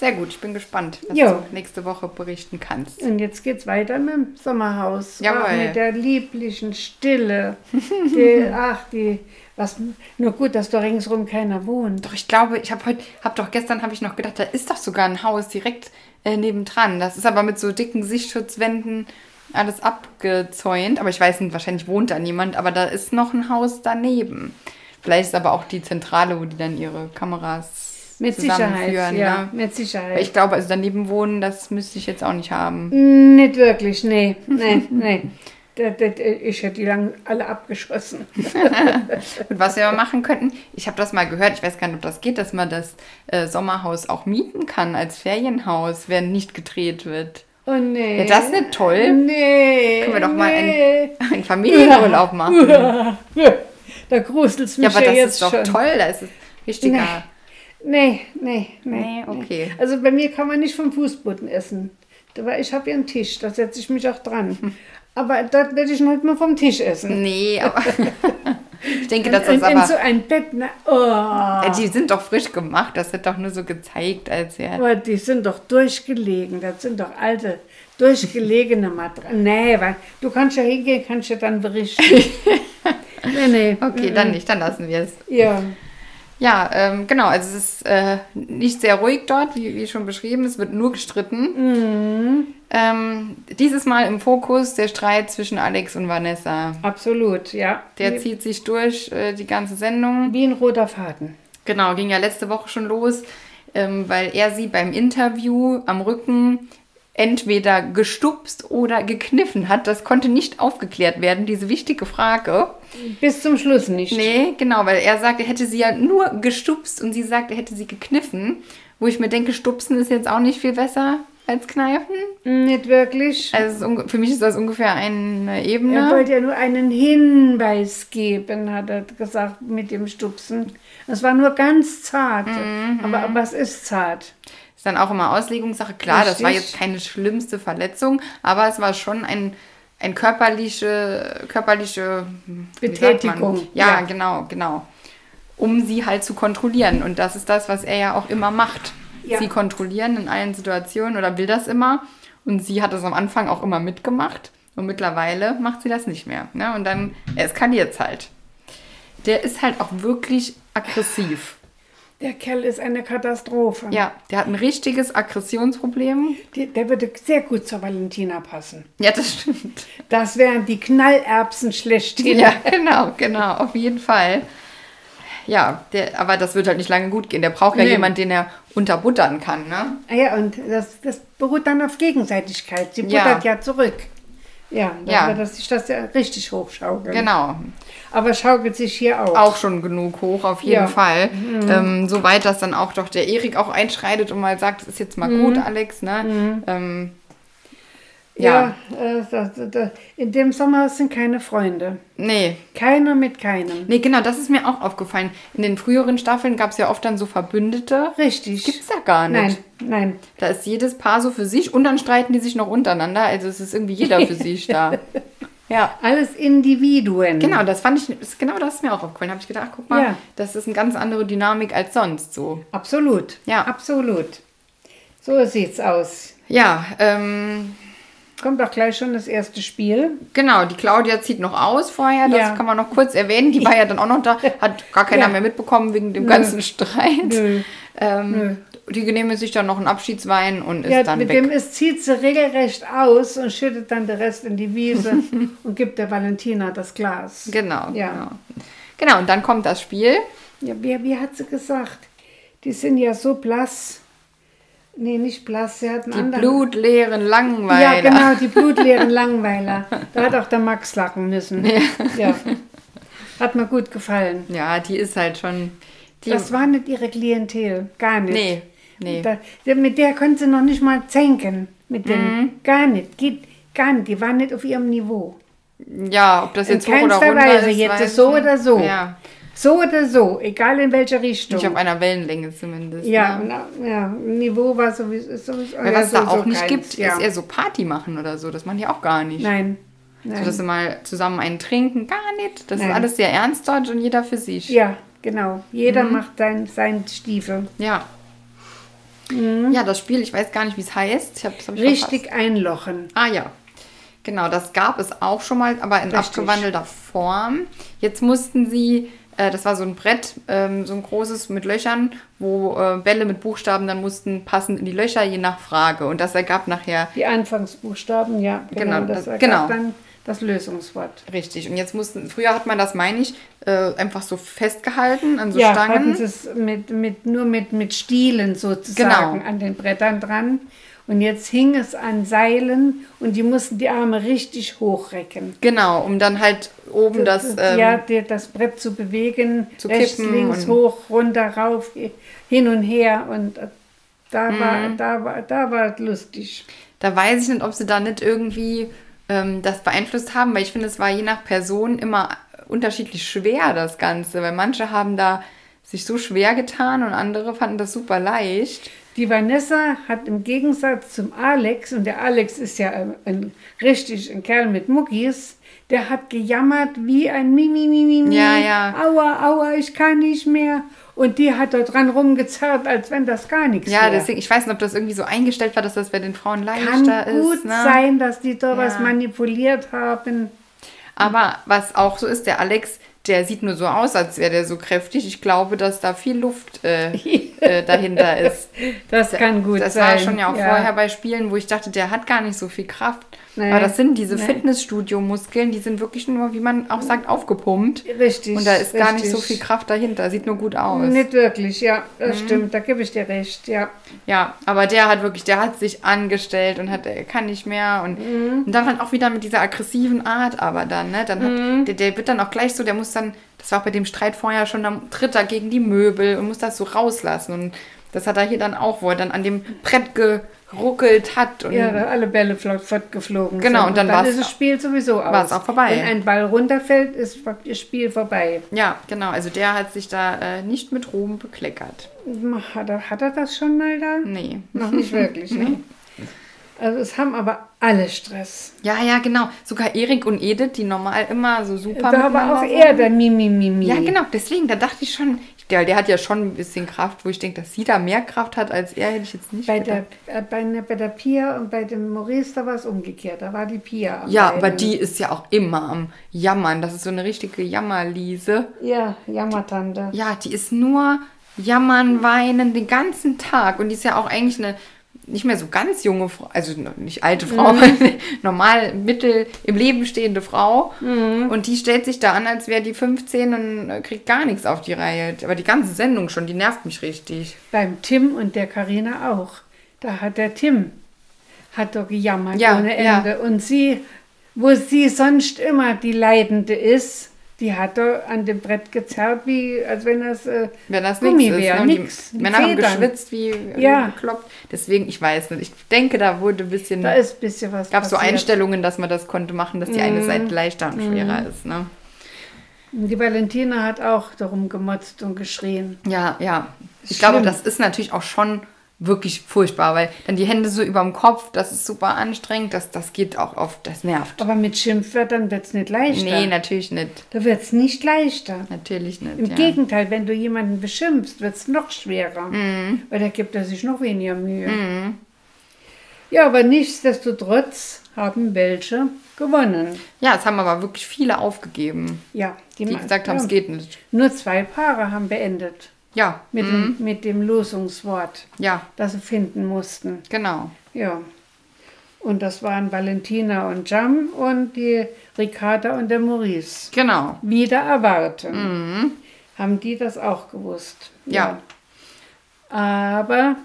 [SPEAKER 2] Sehr gut, ich bin gespannt, was
[SPEAKER 3] Jo.
[SPEAKER 2] du nächste Woche berichten kannst.
[SPEAKER 3] Und jetzt geht's weiter mit dem Sommerhaus.
[SPEAKER 2] Jawohl.
[SPEAKER 3] Ach, mit der lieblichen Stille. die, ach, die. Was, nur gut, dass da ringsrum keiner wohnt.
[SPEAKER 2] Doch, ich glaube, ich habe heute, habe doch gestern, habe ich noch gedacht, da ist doch sogar ein Haus direkt äh, nebendran. Das ist aber mit so dicken Sichtschutzwänden alles abgezäunt. Aber ich weiß nicht, wahrscheinlich wohnt da niemand, aber da ist noch ein Haus daneben. Vielleicht ist aber auch die Zentrale, wo die dann ihre Kameras
[SPEAKER 3] Mit Sicherheit.
[SPEAKER 2] zusammenführen,
[SPEAKER 3] Ja,
[SPEAKER 2] ne?
[SPEAKER 3] mit
[SPEAKER 2] Weil
[SPEAKER 3] Sicherheit.
[SPEAKER 2] Ich glaube, also daneben wohnen, das müsste ich jetzt auch nicht haben.
[SPEAKER 3] Nicht wirklich, nee. Nee, nee. Da- da- da- Ich hätte die lang alle abgeschossen.
[SPEAKER 2] Und was wir mal machen könnten, ich habe das mal gehört, ich weiß gar nicht, ob das geht, dass man das äh, Sommerhaus auch mieten kann als Ferienhaus, wenn nicht gedreht wird.
[SPEAKER 3] Oh nee.
[SPEAKER 2] Wär das nicht toll?
[SPEAKER 3] Nee.
[SPEAKER 2] Können wir doch mal
[SPEAKER 3] nee.
[SPEAKER 2] einen, einen Familienurlaub machen.
[SPEAKER 3] Da gruselt's mich
[SPEAKER 2] Ja,
[SPEAKER 3] ja,
[SPEAKER 2] aber das
[SPEAKER 3] jetzt
[SPEAKER 2] ist doch
[SPEAKER 3] schon.
[SPEAKER 2] toll, da ist es richtiger.
[SPEAKER 3] Nee, nee,
[SPEAKER 2] Nee,
[SPEAKER 3] nee.
[SPEAKER 2] okay.
[SPEAKER 3] Also bei mir kann man nicht vom Fußboden essen. Aber ich habe ja einen Tisch, da setze ich mich auch dran. Aber das werde ich nicht mal vom Tisch essen.
[SPEAKER 2] Nee, aber ich denke, dass das
[SPEAKER 3] und in so
[SPEAKER 2] aber.
[SPEAKER 3] ein Bett, na, oh,
[SPEAKER 2] Äh, Die sind doch frisch gemacht, das wird doch nur so gezeigt, als
[SPEAKER 3] oh,
[SPEAKER 2] ja.
[SPEAKER 3] aber die sind doch durchgelegen, das sind doch alte, durchgelegene Matratzen. Nee, weil du kannst ja hingehen, kannst ja dann berichten. nee, nee.
[SPEAKER 2] Okay, dann nicht, dann lassen wir es.
[SPEAKER 3] Ja,
[SPEAKER 2] Ja, ähm, genau, also es ist äh, nicht sehr ruhig dort, wie, wie schon beschrieben, es wird nur gestritten. Ähm, dieses Mal im Fokus der Streit zwischen Alex und Vanessa.
[SPEAKER 3] absolut, ja.
[SPEAKER 2] Der
[SPEAKER 3] wie,
[SPEAKER 2] zieht sich durch äh, die ganze Sendung.
[SPEAKER 3] wie ein roter Faden.
[SPEAKER 2] Genau, ging ja letzte Woche schon los, ähm, weil er sie beim Interview am Rücken entweder gestupst oder gekniffen hat. Das konnte nicht aufgeklärt werden, diese wichtige Frage.
[SPEAKER 3] Bis zum Schluss nicht.
[SPEAKER 2] Nee, genau, weil er sagt, er hätte sie ja nur gestupst und sie sagt, er hätte sie gekniffen. Wo ich mir denke, stupsen ist jetzt auch nicht viel besser als kneifen.
[SPEAKER 3] Nicht wirklich.
[SPEAKER 2] Also es ist unge- für mich ist das ungefähr eine Ebene.
[SPEAKER 3] Er wollte ja nur einen Hinweis geben, hat er gesagt, mit dem Stupsen. Es war nur ganz zart.
[SPEAKER 2] Mhm.
[SPEAKER 3] aber, aber es ist zart.
[SPEAKER 2] Ist dann auch immer Auslegungssache. Klar, das war
[SPEAKER 3] Richtig.
[SPEAKER 2] jetzt keine schlimmste Verletzung, aber es war schon ein, ein körperliche, körperliche hm, wie sagt man?
[SPEAKER 3] Betätigung,
[SPEAKER 2] Ja,
[SPEAKER 3] ja.
[SPEAKER 2] genau, genau. Um sie halt zu kontrollieren. Und das ist das, was er ja auch immer macht.
[SPEAKER 3] Ja.
[SPEAKER 2] Sie kontrollieren in allen Situationen oder will das immer. Und sie hat das am Anfang auch immer mitgemacht. Und mittlerweile macht sie das nicht mehr. Ne? Und dann eskaliert es halt. Der ist halt auch wirklich aggressiv.
[SPEAKER 3] Der Kerl ist eine Katastrophe.
[SPEAKER 2] Ja, der hat ein richtiges Aggressionsproblem.
[SPEAKER 3] Die, der würde sehr gut zur Valentina passen.
[SPEAKER 2] Ja, das stimmt.
[SPEAKER 3] Das wären die Knallerbsen schlechthin.
[SPEAKER 2] Ja, genau, genau, auf jeden Fall. Ja, der, aber das wird halt nicht lange gut gehen. Der braucht ja
[SPEAKER 3] Nee.
[SPEAKER 2] jemanden, den er unterbuttern kann, ne?
[SPEAKER 3] Ah ja, und das, das beruht dann auf Gegenseitigkeit. Sie
[SPEAKER 2] Ja.
[SPEAKER 3] buttert ja, zurück. Ja, dann
[SPEAKER 2] Ja.
[SPEAKER 3] wird das sich das ja richtig hochschaukeln.
[SPEAKER 2] Genau.
[SPEAKER 3] Aber schaukelt sich hier auch.
[SPEAKER 2] Auch schon genug hoch, auf jeden
[SPEAKER 3] Ja. Mhm.
[SPEAKER 2] Fall. Ähm, Soweit, dass dann auch doch der Erik auch einschreitet und mal sagt, es ist jetzt mal
[SPEAKER 3] Mhm.
[SPEAKER 2] gut, Alex, ne? Ähm, ja.
[SPEAKER 3] Ja, äh, das, das, in dem Sommer sind keine Freunde.
[SPEAKER 2] Nee,
[SPEAKER 3] Keiner mit keinem.
[SPEAKER 2] nee, genau, das ist mir auch aufgefallen. In den früheren Staffeln gab es ja oft dann so Verbündete.
[SPEAKER 3] Richtig.
[SPEAKER 2] Gibt's da gar nicht.
[SPEAKER 3] Nein, nein.
[SPEAKER 2] Da ist jedes Paar so für sich und dann streiten die sich noch untereinander. Also es ist irgendwie jeder für sich da. Ja.
[SPEAKER 3] Alles Individuen.
[SPEAKER 2] Genau, das fand ich, ist genau das ist mir auch aufgefallen. Habe ich gedacht, ach, guck mal,
[SPEAKER 3] Ja.
[SPEAKER 2] das ist eine ganz andere Dynamik als sonst so.
[SPEAKER 3] Absolut.
[SPEAKER 2] Ja.
[SPEAKER 3] Absolut. So sieht's aus.
[SPEAKER 2] Ja, ähm,
[SPEAKER 3] kommt auch gleich schon das erste Spiel.
[SPEAKER 2] Genau, die Claudia zieht noch aus vorher, das
[SPEAKER 3] Ja.
[SPEAKER 2] kann man noch kurz erwähnen. Die war ja dann auch noch da, hat gar keiner
[SPEAKER 3] Ja.
[SPEAKER 2] mehr mitbekommen wegen dem ganzen Streit.
[SPEAKER 3] Nö.
[SPEAKER 2] Ähm, Die genehmigt sich dann noch einen Abschiedswein und ist
[SPEAKER 3] Ja,
[SPEAKER 2] dann
[SPEAKER 3] mit
[SPEAKER 2] weg.
[SPEAKER 3] dem es zieht sie regelrecht aus und schüttet dann den Rest in die Wiese und gibt der Valentina das Glas.
[SPEAKER 2] Genau,
[SPEAKER 3] Ja.
[SPEAKER 2] genau. Genau, und dann kommt das Spiel.
[SPEAKER 3] Ja, wie, wie hat sie gesagt? Die sind ja so blass. Nee, nicht blass, sie hat einen
[SPEAKER 2] Die
[SPEAKER 3] anderen.
[SPEAKER 2] blutleeren Langweiler.
[SPEAKER 3] Ja, genau, die blutleeren Langweiler. Da hat auch der Max lachen müssen. Ja. Hat mir gut gefallen.
[SPEAKER 2] Ja, die ist halt schon. Die,
[SPEAKER 3] Das war nicht ihre Klientel, gar nicht.
[SPEAKER 2] nee, nee.
[SPEAKER 3] Da, der- mit der konnte sie noch nicht mal zänken. Mit dem,
[SPEAKER 2] Mhm.
[SPEAKER 3] gar nicht, geht gar nicht. Die war nicht auf ihrem Niveau.
[SPEAKER 2] ja, ob das
[SPEAKER 3] In
[SPEAKER 2] jetzt hoch oder
[SPEAKER 3] keinster
[SPEAKER 2] runter
[SPEAKER 3] Weise,
[SPEAKER 2] ist.
[SPEAKER 3] jetzt
[SPEAKER 2] weiß
[SPEAKER 3] so
[SPEAKER 2] ich
[SPEAKER 3] oder
[SPEAKER 2] nicht.
[SPEAKER 3] so.
[SPEAKER 2] Ja,
[SPEAKER 3] So oder so, egal in welche Richtung.
[SPEAKER 2] nicht auf einer Wellenlänge zumindest.
[SPEAKER 3] ja,
[SPEAKER 2] ne?
[SPEAKER 3] na, ja, Niveau war sowieso. Ist sowieso
[SPEAKER 2] Weil
[SPEAKER 3] ja,
[SPEAKER 2] was es da
[SPEAKER 3] so- so
[SPEAKER 2] auch nicht
[SPEAKER 3] keins,
[SPEAKER 2] gibt,
[SPEAKER 3] ja.
[SPEAKER 2] ist eher so Party machen oder so. Das machen die auch gar nicht.
[SPEAKER 3] Nein.
[SPEAKER 2] So,
[SPEAKER 3] nein.
[SPEAKER 2] dass sie mal zusammen einen trinken, gar nicht. Das
[SPEAKER 3] Nein.
[SPEAKER 2] ist alles sehr ernst dort und jeder für sich.
[SPEAKER 3] ja, genau.
[SPEAKER 2] Mhm.
[SPEAKER 3] Jeder macht sein, sein Stiefel.
[SPEAKER 2] Ja. Ja, das Spiel, ich weiß gar nicht, wie es heißt. Ich hab, das hab ich
[SPEAKER 3] Mhm. Richtig einlochen.
[SPEAKER 2] Ah ja. Genau, das gab es auch schon mal, aber in
[SPEAKER 3] Richtig.
[SPEAKER 2] abgewandelter Form. Jetzt mussten sie, äh, das war so ein Brett, ähm, so ein großes mit Löchern, wo äh, Bälle mit Buchstaben dann mussten passend in die Löcher, je nach Frage. Und das ergab nachher
[SPEAKER 3] Die Anfangsbuchstaben, ja. Genau,
[SPEAKER 2] Genau,
[SPEAKER 3] das
[SPEAKER 2] das-
[SPEAKER 3] ergab
[SPEAKER 2] genau.
[SPEAKER 3] dann das Lösungswort.
[SPEAKER 2] richtig. Und jetzt mussten, früher hat man das, meine ich, äh, einfach so festgehalten an so
[SPEAKER 3] ja, hatten
[SPEAKER 2] Also Stangen.
[SPEAKER 3] sie es mit, mit, nur mit, mit Stielen sozusagen
[SPEAKER 2] Genau.
[SPEAKER 3] an den Brettern dran. Und jetzt hing es an Seilen und die mussten die Arme richtig hochrecken.
[SPEAKER 2] Genau, um dann halt oben das, ähm,
[SPEAKER 3] ja, dir das Brett zu bewegen,
[SPEAKER 2] zu
[SPEAKER 3] rechts,
[SPEAKER 2] kippen
[SPEAKER 3] links,
[SPEAKER 2] und-
[SPEAKER 3] hoch, runter, rauf, hin und her. Und äh, da,
[SPEAKER 2] Mhm.
[SPEAKER 3] war, da, war, da war es lustig.
[SPEAKER 2] Da weiß ich nicht, ob sie da nicht irgendwie ähm, das beeinflusst haben, weil ich finde, es war je nach Person immer unterschiedlich schwer, das Ganze. Weil manche haben da sich so schwer getan und andere fanden das super leicht.
[SPEAKER 3] Die Vanessa hat im Gegensatz zum Alex, und der Alex ist ja ein, ein richtig ein Kerl mit Muckis, der hat gejammert wie ein Mimi, Mimi, Mimi.
[SPEAKER 2] Ja, ja.
[SPEAKER 3] Aua, aua, ich kann nicht mehr. Und die hat da dran rumgezerrt, als wenn das gar nichts
[SPEAKER 2] Ja,
[SPEAKER 3] wäre.
[SPEAKER 2] deswegen, ich weiß nicht, ob das irgendwie so eingestellt war, dass das bei den Frauen
[SPEAKER 3] Kann
[SPEAKER 2] leichter
[SPEAKER 3] gut
[SPEAKER 2] ist. Ne?
[SPEAKER 3] sein, dass die da was
[SPEAKER 2] Ja.
[SPEAKER 3] manipuliert haben.
[SPEAKER 2] Aber was auch so ist, der Alex, der sieht nur so aus, als wäre der so kräftig. Ich glaube, dass da viel Luft äh, äh, dahinter ist.
[SPEAKER 3] Das kann gut
[SPEAKER 2] das
[SPEAKER 3] sein.
[SPEAKER 2] war schon ja auch vorher bei Spielen, wo ich dachte, der hat gar nicht so viel Kraft.
[SPEAKER 3] Nee.
[SPEAKER 2] Aber das sind diese
[SPEAKER 3] Nee.
[SPEAKER 2] Fitnessstudio-Muskeln, die sind wirklich nur, wie man auch sagt, aufgepumpt.
[SPEAKER 3] Richtig.
[SPEAKER 2] Und da ist gar nicht so
[SPEAKER 3] richtig.
[SPEAKER 2] viel Mhm. Kraft dahinter. Sieht nur gut aus.
[SPEAKER 3] Nicht wirklich, ja, das stimmt, da gebe ich dir recht, ja.
[SPEAKER 2] Ja, aber der hat wirklich, der hat sich angestellt und hat, er kann nicht mehr. Und,
[SPEAKER 3] Mhm.
[SPEAKER 2] und dann halt auch wieder mit dieser aggressiven Art, aber dann, ne? Dann hat,
[SPEAKER 3] Mhm.
[SPEAKER 2] der, der wird dann auch gleich so, der muss dann, das war auch bei dem Streit vorher schon, dann tritt er gegen die Möbel und muss das so rauslassen. Und das hat er hier dann auch, wo er dann an dem Brett geruckelt hat. Und
[SPEAKER 3] Ja, da alle Bälle flott, fortgeflogen.
[SPEAKER 2] Mhm. Genau,
[SPEAKER 3] sind.
[SPEAKER 2] und dann
[SPEAKER 3] dann
[SPEAKER 2] war's-
[SPEAKER 3] ist das Spiel sowieso aus.
[SPEAKER 2] war's auch vorbei.
[SPEAKER 3] Wenn ein Ball runterfällt, ist praktisch das Spiel vorbei.
[SPEAKER 2] Ja, genau. Also der hat sich da äh, nicht mit Ruhm bekleckert.
[SPEAKER 3] Hat er, hat er das schon mal da?
[SPEAKER 2] Nee.
[SPEAKER 3] Noch nicht wirklich, ne? Also es haben aber alle Stress.
[SPEAKER 2] Ja, ja, genau. Sogar Erik und Edith, die normal immer so super
[SPEAKER 3] Da aber
[SPEAKER 2] miteinander
[SPEAKER 3] auch
[SPEAKER 2] sind.
[SPEAKER 3] er der Mimi Mimi.
[SPEAKER 2] Ja, genau. Deswegen, da dachte ich schon, der, der hat ja schon ein bisschen Kraft, wo ich denke, dass sie da mehr Kraft hat als er, hätte ich jetzt nicht
[SPEAKER 3] Bei
[SPEAKER 2] gedacht.
[SPEAKER 3] der, äh, bei, der- bei der Pia und bei dem Maurice, da war es umgekehrt. Da war die Pia. am
[SPEAKER 2] Ja, aber
[SPEAKER 3] Leiden.
[SPEAKER 2] die ist ja auch immer am Jammern. Das ist so eine richtige Jammerliese.
[SPEAKER 3] Ja, Jammertante.
[SPEAKER 2] Ja, die ist nur jammern, weinen den ganzen Tag. Und die ist ja auch eigentlich eine nicht mehr so ganz junge Frau, also noch nicht alte Frau,
[SPEAKER 3] Mhm.
[SPEAKER 2] eine normal mittel im Leben stehende Frau.
[SPEAKER 3] Mhm.
[SPEAKER 2] Und die stellt sich da an, als wäre die 15 und äh, kriegt gar nichts auf die Reihe. Aber die ganze Sendung schon, die nervt mich richtig.
[SPEAKER 3] Beim Tim und der Karina auch. Da hat der Tim hat doch gejammert
[SPEAKER 2] Ja,
[SPEAKER 3] ohne
[SPEAKER 2] ja.
[SPEAKER 3] Ende. Und sie, wo sie sonst immer die Leidende ist, die hat doch an dem Brett gezerrt, wie als wenn das, äh,
[SPEAKER 2] Wenn das nichts
[SPEAKER 3] Gummi
[SPEAKER 2] ist.
[SPEAKER 3] wär,
[SPEAKER 2] ne? Und die
[SPEAKER 3] nix. Die
[SPEAKER 2] Männer haben
[SPEAKER 3] Federn.
[SPEAKER 2] geschwitzt wie
[SPEAKER 3] Ja.
[SPEAKER 2] wie bekloppt. Deswegen, ich weiß nicht. Ich denke, da wurde ein bisschen.
[SPEAKER 3] Da ist ein bisschen was
[SPEAKER 2] gab es so
[SPEAKER 3] passiert. Mhm.
[SPEAKER 2] Einstellungen, dass man das konnte machen, dass die eine Seite leichter und schwerer ist. Ne?
[SPEAKER 3] Die Valentina hat auch darum gemotzt und geschrien.
[SPEAKER 2] Ja, ja. Ich
[SPEAKER 3] Schlimm.
[SPEAKER 2] glaube, das ist natürlich auch schon wirklich furchtbar, weil dann die Hände so über dem Kopf, das ist super anstrengend, das, das geht auch oft, das nervt.
[SPEAKER 3] Aber mit Schimpfwörtern wird es nicht leichter.
[SPEAKER 2] Nee, ne. natürlich nicht.
[SPEAKER 3] da wird es nicht leichter.
[SPEAKER 2] Natürlich nicht.
[SPEAKER 3] Im
[SPEAKER 2] ja.
[SPEAKER 3] Gegenteil, wenn du jemanden beschimpfst, wird es noch schwerer,
[SPEAKER 2] Mm.
[SPEAKER 3] weil da gibt er sich noch weniger Mühe. Ja, aber nichtsdestotrotz haben welche gewonnen.
[SPEAKER 2] Ja, es haben aber wirklich viele aufgegeben,
[SPEAKER 3] Ja,
[SPEAKER 2] die
[SPEAKER 3] ma-
[SPEAKER 2] gesagt haben,
[SPEAKER 3] ja.
[SPEAKER 2] es geht nicht.
[SPEAKER 3] Nur zwei Paare haben beendet
[SPEAKER 2] Ja,
[SPEAKER 3] mit, dem, mit dem Losungswort,
[SPEAKER 2] ja,
[SPEAKER 3] das sie finden mussten.
[SPEAKER 2] genau.
[SPEAKER 3] Ja. Und das waren Valentina und Jam und die Ricarda und der Maurice.
[SPEAKER 2] Genau.
[SPEAKER 3] Wieder erwarten. Haben die das auch gewusst?
[SPEAKER 2] Mm. Ja.
[SPEAKER 3] Ja. Aber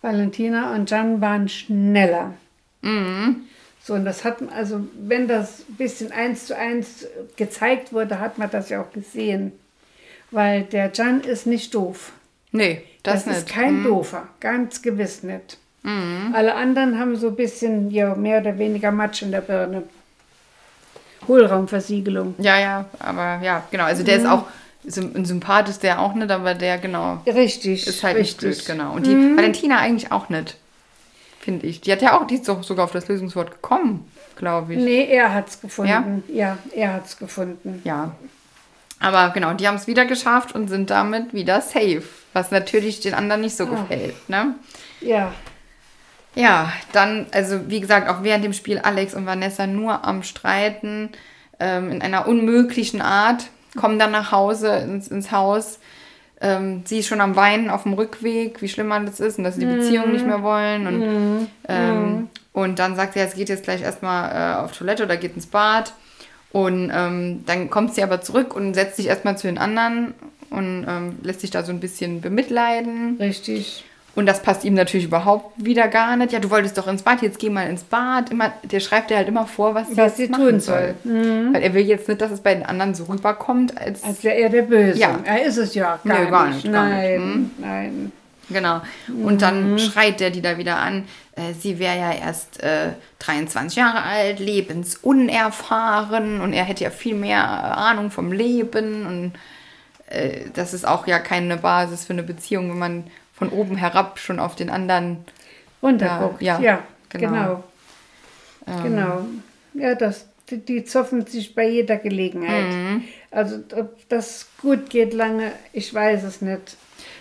[SPEAKER 3] Valentina und Jan waren schneller.
[SPEAKER 2] Mhm.
[SPEAKER 3] So, und das hat, man- also wenn das ein bisschen eins zu eins gezeigt wurde, hat man das ja auch gesehen. Weil der Jan ist nicht doof.
[SPEAKER 2] Nee, das,
[SPEAKER 3] Das,
[SPEAKER 2] nicht. Mhm.
[SPEAKER 3] ist kein Doofer, ganz gewiss nicht. Alle anderen haben so ein bisschen, ja, mehr oder weniger Matsch in der Birne. Hohlraumversiegelung.
[SPEAKER 2] ja, ja, aber ja, genau. Also
[SPEAKER 3] Mhm.
[SPEAKER 2] der ist auch, so ein Sympath ist der auch nicht, aber der, genau,
[SPEAKER 3] Richtig.
[SPEAKER 2] ist halt
[SPEAKER 3] richtig. Mhm.
[SPEAKER 2] nicht blöd, genau. Und die Valentina eigentlich auch nicht, finde ich. Die hat ja auch, die ist doch sogar auf das Lösungswort gekommen, glaube ich.
[SPEAKER 3] Nee, er hat's gefunden. Ja, er hat's gefunden.
[SPEAKER 2] Ja. Aber genau, die haben es wieder geschafft und sind damit wieder safe. Was natürlich den anderen nicht
[SPEAKER 3] Ah.
[SPEAKER 2] so gefällt, ne?
[SPEAKER 3] Ja,
[SPEAKER 2] Ja, dann, also wie gesagt, auch während dem Spiel Alex und Vanessa nur am Streiten, ähm, in einer unmöglichen Art, kommen dann nach Hause, ins, ins Haus. Ähm, sie ist schon am Weinen auf dem Rückweg, wie schlimm alles ist und dass sie die Beziehung nicht mehr wollen. Und, ähm, und dann sagt sie, ja, es geht jetzt gleich erstmal äh, auf Toilette oder geht ins Bad. Und ähm, dann kommt sie aber zurück und setzt sich erstmal zu den anderen und ähm, lässt sich da so ein bisschen bemitleiden.
[SPEAKER 3] richtig.
[SPEAKER 2] Und das passt ihm natürlich überhaupt wieder gar nicht. Ja, du wolltest doch ins Bad, jetzt geh mal ins Bad. Immer, der schreibt dir halt immer vor, was, jetzt
[SPEAKER 3] Was sie
[SPEAKER 2] machen
[SPEAKER 3] tun soll.
[SPEAKER 2] Weil er will jetzt nicht, dass es bei den anderen so rüberkommt, als.
[SPEAKER 3] Als wäre er der Böse.
[SPEAKER 2] Ja.
[SPEAKER 3] Er ist es ja gar
[SPEAKER 2] Nee, gar
[SPEAKER 3] nicht.
[SPEAKER 2] nicht, Hm? gar
[SPEAKER 3] Nein,
[SPEAKER 2] nicht.
[SPEAKER 3] nein.
[SPEAKER 2] genau. Und
[SPEAKER 3] Mhm.
[SPEAKER 2] dann schreit der die da wieder an. Äh, sie wäre ja erst äh, 23 Jahre alt, lebensunerfahren und er hätte ja viel mehr äh, Ahnung vom Leben. Und äh, das ist auch ja keine Basis für eine Beziehung, wenn man von oben herab schon auf den anderen.
[SPEAKER 3] Runterguckt. Ja,
[SPEAKER 2] Ja, ja,
[SPEAKER 3] genau.
[SPEAKER 2] genau.
[SPEAKER 3] Genau. Ja, das, die, die zoffen sich bei jeder Gelegenheit.
[SPEAKER 2] Mhm.
[SPEAKER 3] Also, ob das gut geht lange, ich weiß es nicht.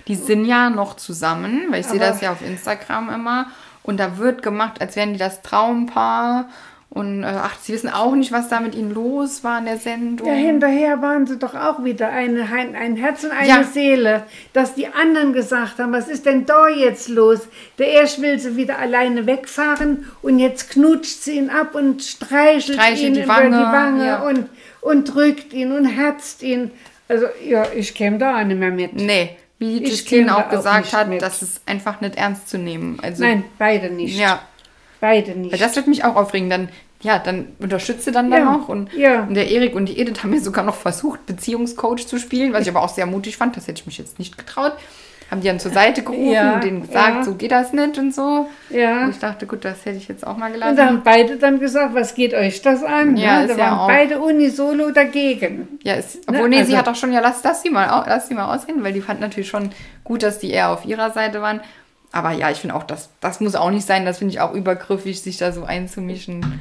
[SPEAKER 2] Die sind ja noch zusammen, weil ich sehe
[SPEAKER 3] Aber-
[SPEAKER 2] das ja auf Instagram immer. Und da wird gemacht, als wären die das Traumpaar. Und äh, ach, sie wissen auch nicht, was da mit ihnen los war in der Sendung.
[SPEAKER 3] Ja, hinterher waren sie doch auch wieder eine, ein, ein Herz und eine
[SPEAKER 2] Ja.
[SPEAKER 3] Seele, dass die anderen gesagt haben, was ist denn da jetzt los? Der Ersch will sie wieder alleine wegfahren und jetzt knutscht sie ihn ab und streichelt,
[SPEAKER 2] Streichelt
[SPEAKER 3] ihn
[SPEAKER 2] die
[SPEAKER 3] über die
[SPEAKER 2] Wange,
[SPEAKER 3] Wange
[SPEAKER 2] ja.
[SPEAKER 3] und, und drückt ihn und herzt ihn. Also ja, ich käme da auch nicht mehr mit.
[SPEAKER 2] Nee, wie die
[SPEAKER 3] Ich
[SPEAKER 2] Justine
[SPEAKER 3] käme
[SPEAKER 2] auch
[SPEAKER 3] da auch
[SPEAKER 2] gesagt
[SPEAKER 3] nicht
[SPEAKER 2] hat,
[SPEAKER 3] mit.
[SPEAKER 2] das ist einfach nicht ernst zu nehmen. Also,
[SPEAKER 3] Nein, beide nicht.
[SPEAKER 2] Ja,
[SPEAKER 3] Beide
[SPEAKER 2] weil
[SPEAKER 3] nicht.
[SPEAKER 2] das wird mich auch aufregen. Dann, ja, dann unterstütze dann da
[SPEAKER 3] Ja,
[SPEAKER 2] noch. Und,
[SPEAKER 3] ja.
[SPEAKER 2] und der Erik und die Edith haben ja sogar noch versucht, Beziehungscoach zu spielen, was ich aber auch sehr mutig fand. Das hätte ich mich jetzt nicht getraut. Haben die dann zur Seite gerufen
[SPEAKER 3] Ja,
[SPEAKER 2] und denen gesagt,
[SPEAKER 3] ja.
[SPEAKER 2] so geht das nicht und so.
[SPEAKER 3] ja.
[SPEAKER 2] Und ich dachte, gut, das hätte ich jetzt auch mal
[SPEAKER 3] Und
[SPEAKER 2] gelassen.
[SPEAKER 3] da haben beide dann gesagt, was geht euch das an?
[SPEAKER 2] Ja,
[SPEAKER 3] ne?
[SPEAKER 2] ist
[SPEAKER 3] da
[SPEAKER 2] ja
[SPEAKER 3] waren
[SPEAKER 2] auch-
[SPEAKER 3] beide unisolo dagegen.
[SPEAKER 2] ja, ist,
[SPEAKER 3] Ne,
[SPEAKER 2] obwohl, nee,
[SPEAKER 3] also-
[SPEAKER 2] sie hat auch schon, ja, lass, lass, sie mal, au- lass sie mal ausreden, weil die fand natürlich schon gut, dass die eher auf ihrer Seite waren. Aber ja, ich finde auch, das, das muss auch nicht sein. Das finde ich auch übergriffig, sich da so einzumischen.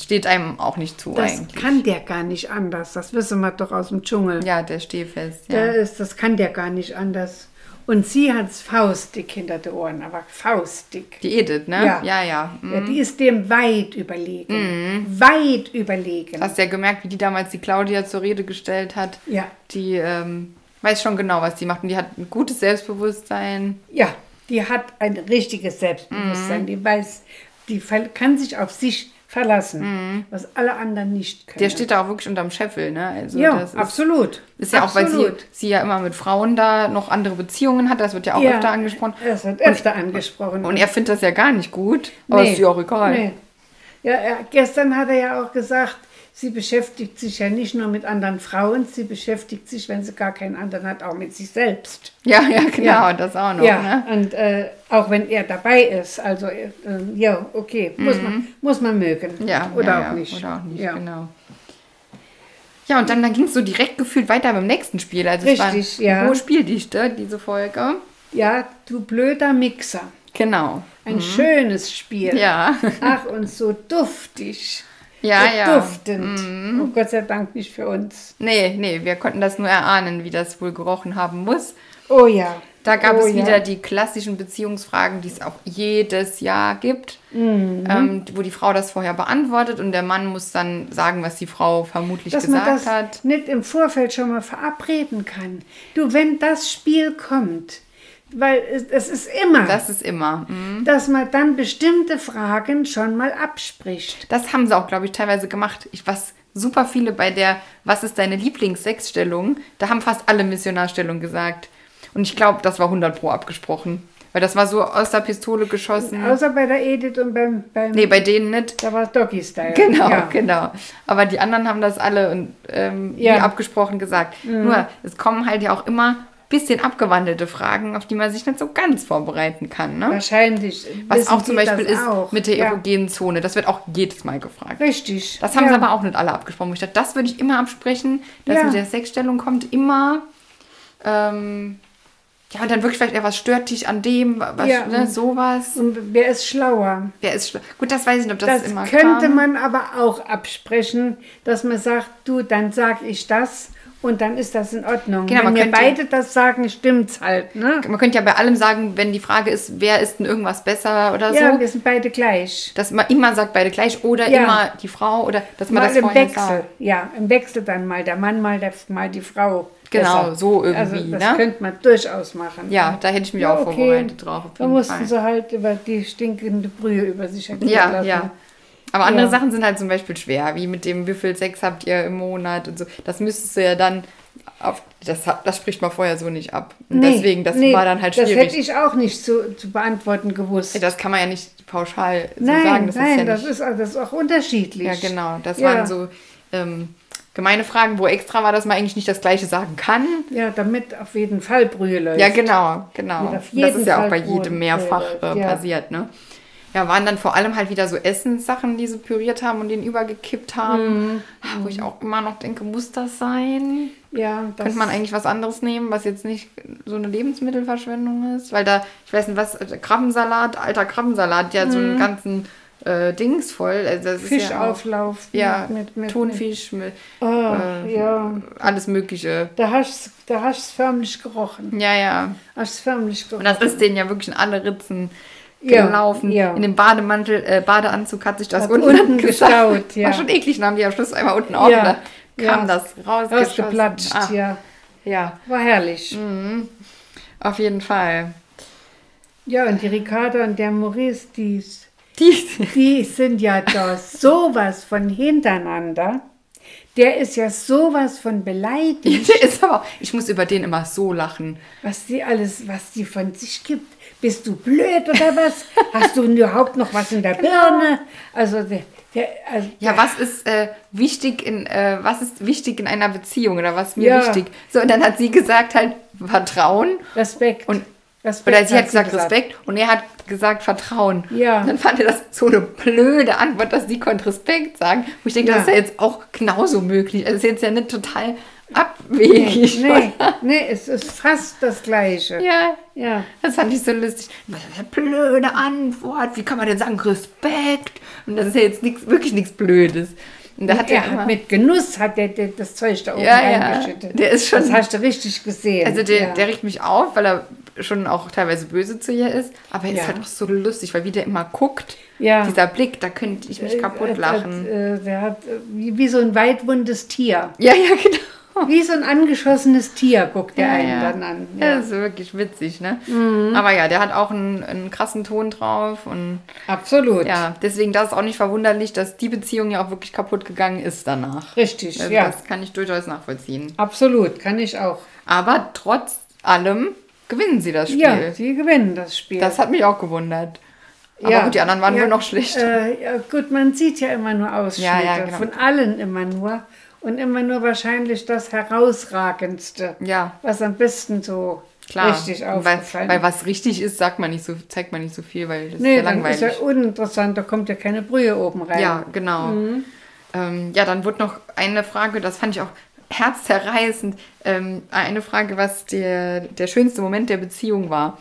[SPEAKER 2] Steht einem auch nicht zu
[SPEAKER 3] Das
[SPEAKER 2] eigentlich.
[SPEAKER 3] kann der gar nicht anders. Das wissen wir doch aus dem Dschungel.
[SPEAKER 2] Ja, der Stehfest. Ja.
[SPEAKER 3] Da ist, das kann der gar nicht anders. Und sie hat es faustdick hinter den Ohren, aber faustdick.
[SPEAKER 2] die Edith, ne?
[SPEAKER 3] Ja.
[SPEAKER 2] ja. ja.
[SPEAKER 3] Ja, die ist dem weit überlegen.
[SPEAKER 2] Mhm.
[SPEAKER 3] Weit überlegen.
[SPEAKER 2] Hast ja gemerkt, wie die damals die Claudia zur Rede gestellt hat.
[SPEAKER 3] Ja.
[SPEAKER 2] Die ähm, weiß schon genau, was die macht. Und die hat ein gutes Selbstbewusstsein.
[SPEAKER 3] ja, die hat ein richtiges
[SPEAKER 2] Mhm.
[SPEAKER 3] Selbstbewusstsein. Die weiß, die ver- kann sich auf sich verlassen, was alle anderen nicht können.
[SPEAKER 2] Mhm. Der steht da auch wirklich unterm Scheffel, ne? Also
[SPEAKER 3] ja,
[SPEAKER 2] das ist,
[SPEAKER 3] absolut.
[SPEAKER 2] Ist ja auch, weil sie,
[SPEAKER 3] Absolut.
[SPEAKER 2] sie ja immer mit Frauen da noch andere Beziehungen hat. Das wird ja auch
[SPEAKER 3] Ja,
[SPEAKER 2] öfter angesprochen.
[SPEAKER 3] Es wird öfter angesprochen.
[SPEAKER 2] Und er findet das ja gar nicht gut. Aber ist ja auch egal.
[SPEAKER 3] nee. Ja, er, gestern hat er ja auch gesagt, sie beschäftigt sich ja nicht nur mit anderen Frauen, sie beschäftigt sich, wenn sie gar keinen anderen hat, auch mit sich selbst.
[SPEAKER 2] Ja, ja, genau. Das auch noch,
[SPEAKER 3] ja,
[SPEAKER 2] ne?
[SPEAKER 3] und äh, auch wenn er dabei ist, also äh, ähm, ja, okay, muss, man, muss man mögen.
[SPEAKER 2] Mhm. Ja,
[SPEAKER 3] oder
[SPEAKER 2] ja,
[SPEAKER 3] auch
[SPEAKER 2] ja,
[SPEAKER 3] nicht.
[SPEAKER 2] Oder auch nicht,
[SPEAKER 3] ja.
[SPEAKER 2] genau. Ja, und dann, dann ging es so direkt gefühlt weiter beim nächsten Spiel. Also es war
[SPEAKER 3] Richtig,
[SPEAKER 2] eine
[SPEAKER 3] ja.
[SPEAKER 2] hohe Spieldichte, diese Folge.
[SPEAKER 3] ja, du blöder Mixer.
[SPEAKER 2] Genau.
[SPEAKER 3] Ein schönes Spiel.
[SPEAKER 2] Ja.
[SPEAKER 3] Ach, und so duftig.
[SPEAKER 2] Ja, Mhm.
[SPEAKER 3] so
[SPEAKER 2] ja.
[SPEAKER 3] duftend. Oh, Gott sei Dank nicht für uns.
[SPEAKER 2] Nee, nee, wir konnten das nur erahnen, wie das wohl gerochen haben muss.
[SPEAKER 3] Oh ja.
[SPEAKER 2] Da gab
[SPEAKER 3] oh,
[SPEAKER 2] es
[SPEAKER 3] ja.
[SPEAKER 2] wieder die klassischen Beziehungsfragen, die es auch jedes Jahr gibt,
[SPEAKER 3] Mhm.
[SPEAKER 2] ähm, wo die Frau das vorher beantwortet und der Mann muss dann sagen, was die Frau vermutlich
[SPEAKER 3] dass man
[SPEAKER 2] gesagt
[SPEAKER 3] das
[SPEAKER 2] hat.
[SPEAKER 3] nicht im Vorfeld schon mal verabreden kann. Du, wenn das Spiel kommt, weil es- es ist immer,
[SPEAKER 2] Das ist immer. Mhm.
[SPEAKER 3] dass man dann bestimmte Fragen schon mal abspricht.
[SPEAKER 2] Das haben sie auch, glaube ich, teilweise gemacht. Ich, was super viele bei der Was ist deine Lieblingssexstellung? Da haben fast alle Missionarstellung gesagt. Und ich glaube, das war 100 Pro abgesprochen. Weil das war so aus der Pistole geschossen.
[SPEAKER 3] Außer bei der Edith und beim, beim
[SPEAKER 2] nee, bei denen nicht.
[SPEAKER 3] da war es Doggy Style.
[SPEAKER 2] Genau,
[SPEAKER 3] ja.
[SPEAKER 2] genau. Aber die anderen haben das alle und, ähm, wie
[SPEAKER 3] Ja. Mhm.
[SPEAKER 2] abgesprochen gesagt. Nur, es kommen halt ja auch immer bisschen abgewandelte Fragen, auf die man sich nicht so ganz vorbereiten kann. Ne?
[SPEAKER 3] Wahrscheinlich.
[SPEAKER 2] Was
[SPEAKER 3] wissen
[SPEAKER 2] auch zum
[SPEAKER 3] die
[SPEAKER 2] Beispiel
[SPEAKER 3] das
[SPEAKER 2] ist
[SPEAKER 3] auch.
[SPEAKER 2] mit der
[SPEAKER 3] ja.
[SPEAKER 2] erogenen Zone. Das wird auch jedes Mal gefragt.
[SPEAKER 3] Richtig.
[SPEAKER 2] Das haben
[SPEAKER 3] ja.
[SPEAKER 2] sie aber auch nicht alle abgesprochen. wo Ich dachte, das würde ich immer absprechen. Das
[SPEAKER 3] Ja.
[SPEAKER 2] mit der Sexstellung kommt immer. Ähm, ja, und dann wirklich vielleicht, ja, was stört dich an dem? Was,
[SPEAKER 3] Ja.
[SPEAKER 2] ne, sowas.
[SPEAKER 3] Und wer ist schlauer?
[SPEAKER 2] Wer ist schla- Gut, das weiß ich nicht, ob das,
[SPEAKER 3] Das
[SPEAKER 2] immer
[SPEAKER 3] könnte
[SPEAKER 2] kam.
[SPEAKER 3] man aber auch absprechen, dass man sagt, du, dann sag ich das und dann ist das in Ordnung.
[SPEAKER 2] Genau, man
[SPEAKER 3] Wenn wir
[SPEAKER 2] könnte- Genau
[SPEAKER 3] beide das sagen, stimmt's halt. Ne?
[SPEAKER 2] Man könnte ja bei allem sagen, wenn die Frage ist, wer ist denn irgendwas besser oder
[SPEAKER 3] Ja,
[SPEAKER 2] so,
[SPEAKER 3] wir sind beide gleich.
[SPEAKER 2] dass man immer sagt, beide gleich oder
[SPEAKER 3] Ja.
[SPEAKER 2] immer die Frau oder dass man
[SPEAKER 3] Mal
[SPEAKER 2] das
[SPEAKER 3] im
[SPEAKER 2] vorher
[SPEAKER 3] Wechsel.
[SPEAKER 2] sagt.
[SPEAKER 3] Ja, im Wechsel dann mal der Mann, mal, der, mal die Frau.
[SPEAKER 2] Genau,
[SPEAKER 3] Besser.
[SPEAKER 2] so irgendwie,
[SPEAKER 3] Also, das
[SPEAKER 2] ne?
[SPEAKER 3] könnte man durchaus machen.
[SPEAKER 2] Ja, da hätte ich mich auch vorbereitet drauf. auf
[SPEAKER 3] Da
[SPEAKER 2] jeden
[SPEAKER 3] mussten
[SPEAKER 2] Fall.
[SPEAKER 3] sie halt über die stinkende Brühe über sich ergehen
[SPEAKER 2] Ja,
[SPEAKER 3] lassen.
[SPEAKER 2] ja. Aber andere
[SPEAKER 3] Ja.
[SPEAKER 2] Sachen sind halt zum Beispiel schwer, wie mit dem, wie viel Sex habt ihr im Monat und so. Das müsstest du ja dann, auf, das, hat- das spricht man vorher so nicht ab. Und
[SPEAKER 3] Nee,
[SPEAKER 2] deswegen, das
[SPEAKER 3] nee,
[SPEAKER 2] war dann halt
[SPEAKER 3] Das hätte
[SPEAKER 2] schwierig.
[SPEAKER 3] ich auch nicht zu, zu beantworten gewusst.
[SPEAKER 2] Das kann man ja nicht pauschal so
[SPEAKER 3] nein,
[SPEAKER 2] sagen. Das
[SPEAKER 3] nein,
[SPEAKER 2] ist ja
[SPEAKER 3] das,
[SPEAKER 2] nicht,
[SPEAKER 3] ist, also das ist auch unterschiedlich.
[SPEAKER 2] Ja, genau. Das
[SPEAKER 3] Ja.
[SPEAKER 2] waren so ähm, gemeine Fragen, wo extra war, dass man eigentlich nicht das Gleiche sagen kann.
[SPEAKER 3] Ja, damit auf jeden Fall Brühe läuft.
[SPEAKER 2] Ja, genau, genau.
[SPEAKER 3] Wird auf
[SPEAKER 2] das
[SPEAKER 3] jeden
[SPEAKER 2] ist ja auch
[SPEAKER 3] Fall
[SPEAKER 2] bei
[SPEAKER 3] Brot
[SPEAKER 2] jedem mehrfach äh,
[SPEAKER 3] gefüttert, ja.
[SPEAKER 2] passiert, ne? Ja, waren dann vor allem halt wieder so Essenssachen, die sie püriert haben und den übergekippt haben.
[SPEAKER 3] Mhm.
[SPEAKER 2] Wo ich auch immer noch denke, muss das sein?
[SPEAKER 3] Ja, das
[SPEAKER 2] Könnte man eigentlich was anderes nehmen, was jetzt nicht so eine Lebensmittelverschwendung ist? Weil da, ich weiß nicht, was, äh, Krabbensalat, alter Krabbensalat, ja, so
[SPEAKER 3] Mhm.
[SPEAKER 2] einen ganzen äh, Dings voll. Also das ist ja auch,
[SPEAKER 3] Fischauflauf
[SPEAKER 2] Ja,
[SPEAKER 3] mit, mit, mit
[SPEAKER 2] Thunfisch, mit,
[SPEAKER 3] oh,
[SPEAKER 2] äh,
[SPEAKER 3] ja.
[SPEAKER 2] alles Mögliche.
[SPEAKER 3] Da hast du da hast förmlich gerochen.
[SPEAKER 2] Ja, ja.
[SPEAKER 3] Hast förmlich
[SPEAKER 2] Und
[SPEAKER 3] gerochen.
[SPEAKER 2] das ist denen ja wirklich in alle Ritzen
[SPEAKER 3] Ja,
[SPEAKER 2] gelaufen.
[SPEAKER 3] ja.
[SPEAKER 2] In dem Bademantel, äh, Badeanzug hat sich das
[SPEAKER 3] Hat
[SPEAKER 2] unten,
[SPEAKER 3] unten
[SPEAKER 2] gestaut.
[SPEAKER 3] gestaut, ja.
[SPEAKER 2] War schon eklig, dann haben die am Schluss einmal unten auf
[SPEAKER 3] Ja,
[SPEAKER 2] und dann kam
[SPEAKER 3] ja.
[SPEAKER 2] das raus.
[SPEAKER 3] Ausgeplatscht,
[SPEAKER 2] Ah,
[SPEAKER 3] ja.
[SPEAKER 2] ja, Mm.
[SPEAKER 3] War herrlich.
[SPEAKER 2] auf jeden Fall.
[SPEAKER 3] Ja, und die Ricarda und der Maurice, die,
[SPEAKER 2] Die,
[SPEAKER 3] die sind ja da sowas von hintereinander. Der ist ja sowas von beleidigt.
[SPEAKER 2] der ist aber, ich muss über den immer so lachen.
[SPEAKER 3] Was die alles, was die von sich gibt. Bist du blöd oder was? Hast du überhaupt noch was in der Birne? Also, der, der, also
[SPEAKER 2] Genau. Ja, was ist äh, wichtig in äh, was ist wichtig in einer Beziehung oder was ist mir
[SPEAKER 3] Ja.
[SPEAKER 2] wichtig? So und dann hat sie gesagt halt Vertrauen
[SPEAKER 3] Respekt.
[SPEAKER 2] Und-
[SPEAKER 3] Respekt
[SPEAKER 2] oder sie hat gesagt,
[SPEAKER 3] gesagt.
[SPEAKER 2] Respekt und er hat gesagt Vertrauen.
[SPEAKER 3] Ja.
[SPEAKER 2] Und dann fand er das so eine blöde Antwort, dass die konnte Respekt sagen. Wo ich denke,
[SPEAKER 3] Ja.
[SPEAKER 2] das ist ja jetzt auch genauso möglich. Also ist jetzt ja nicht total abwegig.
[SPEAKER 3] Nee, nee, es ist fast das Gleiche.
[SPEAKER 2] Ja.
[SPEAKER 3] Ja.
[SPEAKER 2] Das fand ich so lustig. Was für eine blöde Antwort. Wie kann man denn sagen Respekt? Und das ist ja jetzt nix, wirklich nichts Blödes. Und da hat
[SPEAKER 3] er
[SPEAKER 2] er
[SPEAKER 3] hat
[SPEAKER 2] immer,
[SPEAKER 3] mit Genuss hat der, der das Zeug da oben
[SPEAKER 2] Ja, ja.
[SPEAKER 3] reingeschüttet.
[SPEAKER 2] Der ist schon-
[SPEAKER 3] das hast du richtig gesehen.
[SPEAKER 2] Also der,
[SPEAKER 3] ja.
[SPEAKER 2] der riecht mich auf, weil er schon auch teilweise böse zu ihr ist. Aber er ist
[SPEAKER 3] Ja.
[SPEAKER 2] halt auch so lustig, weil wie der immer guckt,
[SPEAKER 3] Ja.
[SPEAKER 2] dieser Blick, da könnte ich mich kaputt lachen.
[SPEAKER 3] Äh, äh, der hat äh, wie, wie so ein weitwundes Tier.
[SPEAKER 2] Ja, ja, genau.
[SPEAKER 3] Wie so ein angeschossenes Tier guckt der
[SPEAKER 2] Ja,
[SPEAKER 3] einen
[SPEAKER 2] ja.
[SPEAKER 3] dann an. Mhm.
[SPEAKER 2] Ja. Das ist wirklich witzig, ne? Aber ja, der hat auch einen, einen krassen Ton drauf und
[SPEAKER 3] Absolut.
[SPEAKER 2] ja, deswegen das ist auch nicht verwunderlich, dass die Beziehung ja auch wirklich kaputt gegangen ist danach.
[SPEAKER 3] Richtig,
[SPEAKER 2] Also
[SPEAKER 3] ja.
[SPEAKER 2] Das kann ich durchaus nachvollziehen.
[SPEAKER 3] Absolut, kann ich auch.
[SPEAKER 2] Aber trotz allem gewinnen sie das Spiel.
[SPEAKER 3] Ja, sie gewinnen das Spiel.
[SPEAKER 2] Das hat mich auch gewundert. Aber
[SPEAKER 3] Ja.
[SPEAKER 2] gut, die anderen waren
[SPEAKER 3] Ja,
[SPEAKER 2] wohl noch schlecht.
[SPEAKER 3] Äh, ja, gut, man sieht ja immer nur Ausschnitte
[SPEAKER 2] Ja, ja, genau.
[SPEAKER 3] von allen immer nur und immer nur wahrscheinlich das herausragendste,
[SPEAKER 2] Ja.
[SPEAKER 3] was am besten so
[SPEAKER 2] Klar.
[SPEAKER 3] richtig
[SPEAKER 2] Und weil,
[SPEAKER 3] aufgefallen.
[SPEAKER 2] weil was richtig ist, sagt man nicht so, zeigt man nicht so viel, weil das
[SPEAKER 3] nee,
[SPEAKER 2] ist ja
[SPEAKER 3] dann
[SPEAKER 2] langweilig.
[SPEAKER 3] ist ja uninteressant, da kommt ja keine Brühe oben rein.
[SPEAKER 2] Ja, genau. Ähm, ja, dann wurde noch eine Frage, das fand ich auch herzzerreißend, ähm, eine Frage, was der, der schönste Moment der Beziehung war.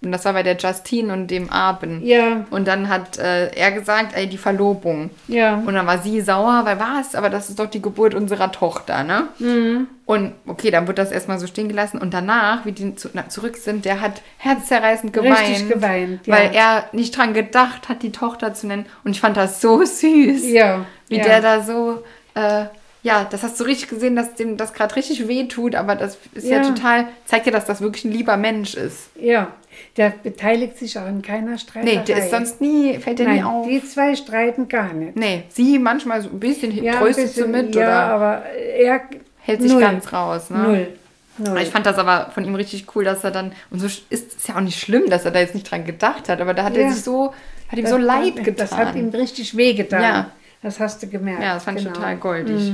[SPEAKER 2] Und das war bei der Justine und dem Aben.
[SPEAKER 3] Ja.
[SPEAKER 2] Und dann hat äh, er gesagt, ey, die Verlobung.
[SPEAKER 3] Ja.
[SPEAKER 2] Und dann war sie sauer, weil was? Aber das ist doch die Geburt unserer Tochter, ne?
[SPEAKER 3] Mhm.
[SPEAKER 2] Und okay, dann wird das erstmal so stehen gelassen. Und danach, wie die zu, na, zurück sind, der hat herzzerreißend geweint.
[SPEAKER 3] Richtig geweint, ja.
[SPEAKER 2] Weil er nicht dran gedacht hat, die Tochter zu nennen. Und ich fand das so süß.
[SPEAKER 3] Ja,
[SPEAKER 2] Wie
[SPEAKER 3] ja.
[SPEAKER 2] der da so, äh, ja, das hast du richtig gesehen, dass dem das gerade richtig weh tut. Aber das ist ja.
[SPEAKER 3] Ja.
[SPEAKER 2] total, zeigt dir, dass das wirklich ein lieber Mensch ist.
[SPEAKER 3] Ja, der beteiligt sich auch an keiner Streiterei.
[SPEAKER 2] Nee, der ist sonst nie, fällt dir nie
[SPEAKER 3] Nein,
[SPEAKER 2] auf.
[SPEAKER 3] die zwei streiten gar nicht.
[SPEAKER 2] Nee, sie manchmal so ein bisschen
[SPEAKER 3] ein
[SPEAKER 2] tröstet sie mit
[SPEAKER 3] ja,
[SPEAKER 2] oder
[SPEAKER 3] aber er
[SPEAKER 2] hält sich
[SPEAKER 3] null.
[SPEAKER 2] ganz raus. Ne?
[SPEAKER 3] Null. Null.
[SPEAKER 2] Ich fand das aber von ihm richtig cool, dass er dann, und so ist es ja auch nicht schlimm, dass er da jetzt nicht dran gedacht hat, aber da hat er
[SPEAKER 3] Ja.
[SPEAKER 2] sich so, hat ihm
[SPEAKER 3] Das
[SPEAKER 2] so
[SPEAKER 3] hat-
[SPEAKER 2] leid getan.
[SPEAKER 3] Das hat ihm richtig wehgetan.
[SPEAKER 2] Ja.
[SPEAKER 3] Das hast du gemerkt. Genau.
[SPEAKER 2] ja, das fand ich total goldig.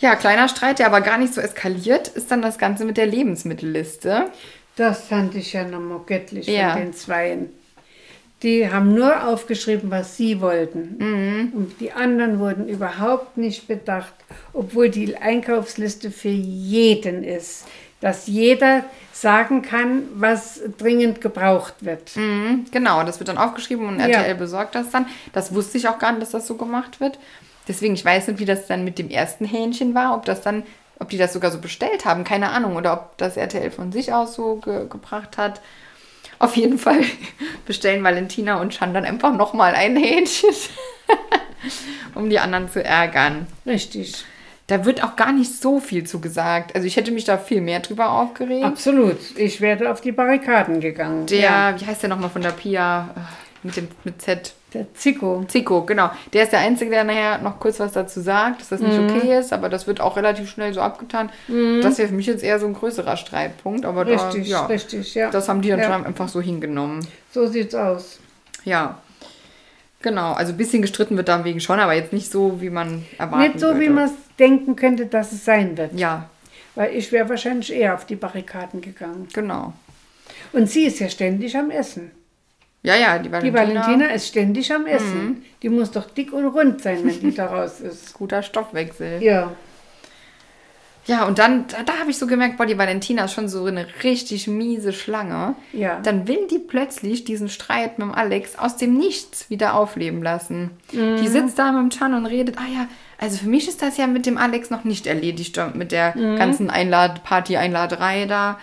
[SPEAKER 2] Ja, kleiner Streit, der aber gar nicht so eskaliert, ist dann das Ganze mit der Lebensmittelliste.
[SPEAKER 3] Das fand ich ja nochmal göttlich
[SPEAKER 2] Ja.
[SPEAKER 3] von den Zweien. Die haben nur aufgeschrieben, was sie wollten.
[SPEAKER 2] Mhm.
[SPEAKER 3] Und die anderen wurden überhaupt nicht bedacht, obwohl die Einkaufsliste für jeden ist. Dass jeder sagen kann, was dringend gebraucht wird.
[SPEAKER 2] Mhm, genau, das wird dann aufgeschrieben und
[SPEAKER 3] Ja.
[SPEAKER 2] RTL besorgt das dann. Das wusste ich auch gar nicht, dass das so gemacht wird. Deswegen, ich weiß nicht, wie das dann mit dem ersten Hähnchen war, ob das dann, ob die das sogar so bestellt haben, keine Ahnung, oder ob das RTL von sich aus so ge gebracht hat. Auf jeden Fall bestellen Valentina und Chan dann einfach nochmal ein Hähnchen, um die anderen zu ärgern.
[SPEAKER 3] Richtig.
[SPEAKER 2] Da wird auch gar nicht so viel zu gesagt. Also ich hätte mich da viel mehr drüber aufgeregt.
[SPEAKER 3] Absolut. Ich wäre auf die Barrikaden gegangen.
[SPEAKER 2] Der,
[SPEAKER 3] ja.
[SPEAKER 2] wie heißt der nochmal von der Pia? Äh, Mit dem mit Z.
[SPEAKER 3] der Zico.
[SPEAKER 2] Zico, genau. Der ist der Einzige, der nachher noch kurz was dazu sagt, dass das nicht
[SPEAKER 3] Mhm.
[SPEAKER 2] okay ist, aber das wird auch relativ schnell so abgetan. Das wäre für mich jetzt eher so ein größerer Streitpunkt, aber
[SPEAKER 3] Richtig,
[SPEAKER 2] da, ja,
[SPEAKER 3] richtig, ja.
[SPEAKER 2] das haben die dann
[SPEAKER 3] Ja.
[SPEAKER 2] schon einfach so hingenommen.
[SPEAKER 3] So sieht's aus.
[SPEAKER 2] Ja. Genau, also ein bisschen gestritten wird da wegen schon, aber jetzt nicht so, wie man erwartet.
[SPEAKER 3] Nicht so, wie man es denken könnte, dass es sein wird.
[SPEAKER 2] Ja,
[SPEAKER 3] Weil ich wäre wahrscheinlich eher auf die Barrikaden gegangen.
[SPEAKER 2] genau.
[SPEAKER 3] Und sie ist ja ständig am Essen.
[SPEAKER 2] Ja, ja, die
[SPEAKER 3] Die
[SPEAKER 2] Valentina. Mhm.
[SPEAKER 3] Valentina ist ständig am Essen. Die muss doch dick und rund sein, wenn die da raus ist.
[SPEAKER 2] Guter Stoffwechsel.
[SPEAKER 3] Ja,
[SPEAKER 2] Ja, und dann, da, da habe ich so gemerkt, boah, die Valentina ist schon so eine richtig miese Schlange.
[SPEAKER 3] Ja.
[SPEAKER 2] Dann will die plötzlich diesen Streit mit dem Alex aus dem Nichts wieder aufleben lassen.
[SPEAKER 3] Mhm.
[SPEAKER 2] Die sitzt da mit dem Chan und redet, ah ja, also für mich ist das ja mit dem Alex noch nicht erledigt, da- mit der
[SPEAKER 3] Mhm.
[SPEAKER 2] ganzen Einlad Party-Einladerei da.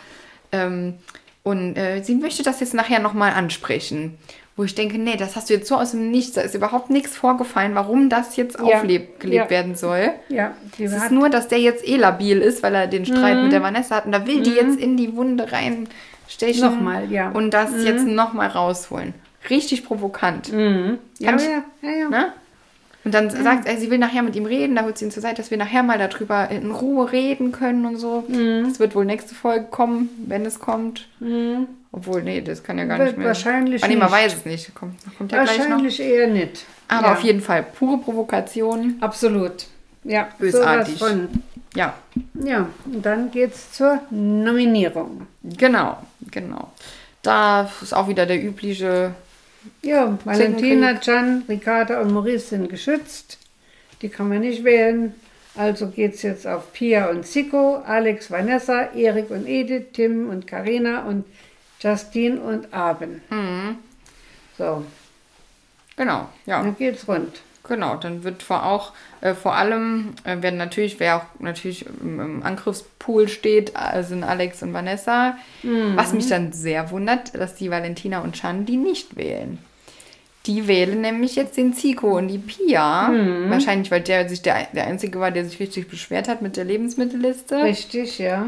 [SPEAKER 2] Ähm, und äh, sie möchte das jetzt nachher nochmal ansprechen. Wo ich denke, nee, das hast du jetzt so aus dem Nichts, da ist überhaupt nichts vorgefallen, warum das jetzt aufgelebt
[SPEAKER 3] Ja.
[SPEAKER 2] werden soll.
[SPEAKER 3] ja. Die
[SPEAKER 2] Es ist
[SPEAKER 3] hat, Mhm.
[SPEAKER 2] nur, dass der jetzt eh labil ist, weil er den Streit mit der Vanessa hat. Und da will die jetzt in die Wunde reinstechen.
[SPEAKER 3] Nochmal, ja. Mhm.
[SPEAKER 2] Und das jetzt nochmal rausholen. Richtig provokant.
[SPEAKER 3] ja,
[SPEAKER 2] ich-
[SPEAKER 3] ja, ja, ja.
[SPEAKER 2] Ne? Und dann
[SPEAKER 3] Mhm.
[SPEAKER 2] sagt er, sie will nachher mit ihm reden. Da holt sie ihn zur Seite, dass wir nachher mal darüber in Ruhe reden können und so.
[SPEAKER 3] Mhm.
[SPEAKER 2] Das wird wohl nächste Folge kommen, wenn es kommt. Obwohl, nee, das kann ja gar
[SPEAKER 3] Mhm. Wird
[SPEAKER 2] nicht mehr.
[SPEAKER 3] wahrscheinlich
[SPEAKER 2] Ah, nee, man
[SPEAKER 3] nicht.
[SPEAKER 2] weiß es nicht. Kommt, kommt ja gleich noch.
[SPEAKER 3] Wahrscheinlich eher nicht.
[SPEAKER 2] Aber
[SPEAKER 3] ja.
[SPEAKER 2] auf jeden Fall pure Provokation.
[SPEAKER 3] Absolut. Ja,
[SPEAKER 2] Bösartig.
[SPEAKER 3] sowas von.
[SPEAKER 2] Ja,
[SPEAKER 3] Ja, und dann geht's zur Nominierung.
[SPEAKER 2] Genau, genau. Da ist auch wieder der übliche.
[SPEAKER 3] Ja, Valentina, Can, Ricarda und Maurice sind geschützt. Die kann man nicht wählen. Also geht's jetzt auf Pia und Zico, Alex, Vanessa, Erik und Edith, Tim und Karina und Justine und Aben.
[SPEAKER 2] Mhm.
[SPEAKER 3] So,
[SPEAKER 2] Genau, ja,
[SPEAKER 3] dann geht's rund.
[SPEAKER 2] genau. Dann wird vor auch äh, vor allem äh, werden natürlich, wer auch natürlich im, im Angriffspool steht, äh, sind Alex und Vanessa. Was mich dann sehr wundert, dass die Valentina und Chan die nicht wählen. Die wählen nämlich jetzt den Zico und die Pia. Wahrscheinlich, weil der sich der, der Einzige war, der sich richtig beschwert hat mit der Lebensmittelliste.
[SPEAKER 3] Richtig, ja.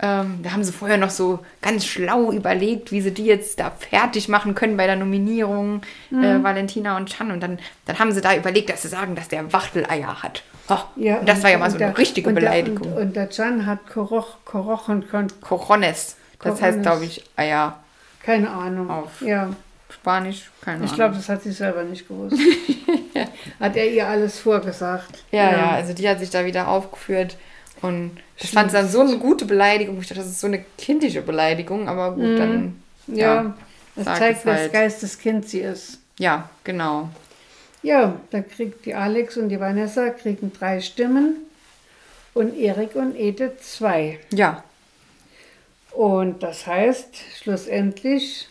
[SPEAKER 2] Ähm, da haben sie vorher noch so ganz schlau überlegt, wie sie die jetzt da fertig machen können bei der Nominierung,
[SPEAKER 3] Mhm.
[SPEAKER 2] äh, Valentina und Chan. Und dann, dann haben sie da überlegt, dass sie sagen, dass der Wachteleier hat. Oh,
[SPEAKER 3] ja
[SPEAKER 2] und das war ja
[SPEAKER 3] und-
[SPEAKER 2] mal so
[SPEAKER 3] und
[SPEAKER 2] eine
[SPEAKER 3] der-
[SPEAKER 2] richtige
[SPEAKER 3] und der-
[SPEAKER 2] Beleidigung.
[SPEAKER 3] Und, und der Can hat Koroch, Koroch und Kon,
[SPEAKER 2] Corones. Das
[SPEAKER 3] Corones.
[SPEAKER 2] heißt, glaube ich, Eier.
[SPEAKER 3] keine Ahnung.
[SPEAKER 2] Auf.
[SPEAKER 3] Ja.
[SPEAKER 2] Spanisch, keine
[SPEAKER 3] Ich
[SPEAKER 2] Ahnung.
[SPEAKER 3] glaube, das hat sie selber nicht gewusst. Hat er ihr alles vorgesagt.
[SPEAKER 2] Ja, ja, also die hat sich da wieder aufgeführt. Und ich fand es dann so eine gute Beleidigung. Ich dachte, das ist so eine kindische Beleidigung, aber gut, dann.
[SPEAKER 3] Mhm. Ja, das
[SPEAKER 2] sag es
[SPEAKER 3] zeigt,
[SPEAKER 2] halt.
[SPEAKER 3] welches Geisteskind sie ist.
[SPEAKER 2] Ja, genau.
[SPEAKER 3] Ja, da kriegt die Alex und die Vanessa kriegen drei Stimmen und Erik und Edith zwei.
[SPEAKER 2] Ja,
[SPEAKER 3] Und das heißt, schlussendlich,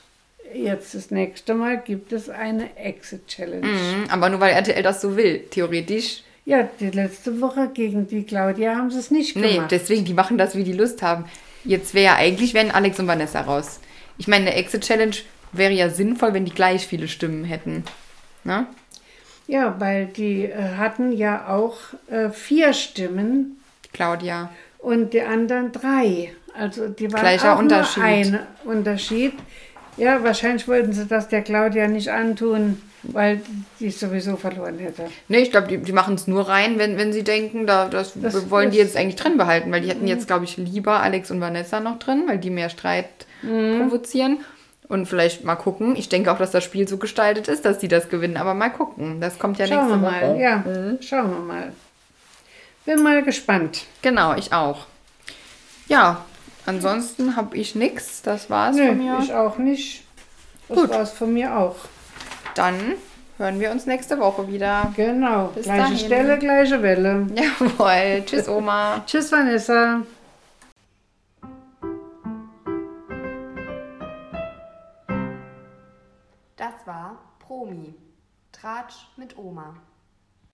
[SPEAKER 3] jetzt das nächste Mal gibt es eine Exit-Challenge.
[SPEAKER 2] Mhm, Aber nur weil RTL das so will, theoretisch.
[SPEAKER 3] Ja, die letzte Woche gegen die Claudia haben sie es nicht
[SPEAKER 2] Nee,
[SPEAKER 3] gemacht.
[SPEAKER 2] deswegen, die machen das, wie die Lust haben. Jetzt wäre ja eigentlich, wären Alex und Vanessa raus. Ich meine, eine Exit-Challenge wäre ja sinnvoll, wenn die gleich viele Stimmen hätten. Ne?
[SPEAKER 3] ja, weil die äh, hatten ja auch äh, vier Stimmen
[SPEAKER 2] Claudia.
[SPEAKER 3] und die anderen drei. Also die waren
[SPEAKER 2] Gleicher
[SPEAKER 3] auch
[SPEAKER 2] Unterschied.
[SPEAKER 3] nur ein Unterschied. Ja, wahrscheinlich wollten sie das der Claudia nicht antun, weil die sowieso verloren hätte.
[SPEAKER 2] Nee, ich glaube, die, die machen es nur rein, wenn, wenn sie denken, da, das,
[SPEAKER 3] Das- Mhm.
[SPEAKER 2] wollen die
[SPEAKER 3] das-
[SPEAKER 2] jetzt eigentlich drin behalten, weil die hätten jetzt, glaube ich, lieber Alex und Vanessa noch drin, weil die mehr Streit
[SPEAKER 3] Mhm.
[SPEAKER 2] provozieren. Und vielleicht mal gucken. Ich denke auch, dass das Spiel so gestaltet ist, dass die das gewinnen, aber mal gucken. Das kommt ja
[SPEAKER 3] Schauen wir
[SPEAKER 2] nächste
[SPEAKER 3] mal,
[SPEAKER 2] Woche. Mhm.
[SPEAKER 3] ja, schauen wir mal. Bin mal gespannt.
[SPEAKER 2] Genau, ich auch. Ja, ansonsten habe ich nichts. Das war's
[SPEAKER 3] Nö,
[SPEAKER 2] von mir.
[SPEAKER 3] ich auch nicht. Das
[SPEAKER 2] Gut.
[SPEAKER 3] war's von mir auch.
[SPEAKER 2] Dann hören wir uns nächste Woche wieder.
[SPEAKER 3] Genau,
[SPEAKER 2] Bis
[SPEAKER 3] gleiche
[SPEAKER 2] dahin.
[SPEAKER 3] Stelle, gleiche Welle.
[SPEAKER 2] Jawohl. Tschüss, Oma.
[SPEAKER 3] Tschüss, Vanessa.
[SPEAKER 1] Das war Promi. Tratsch mit Oma.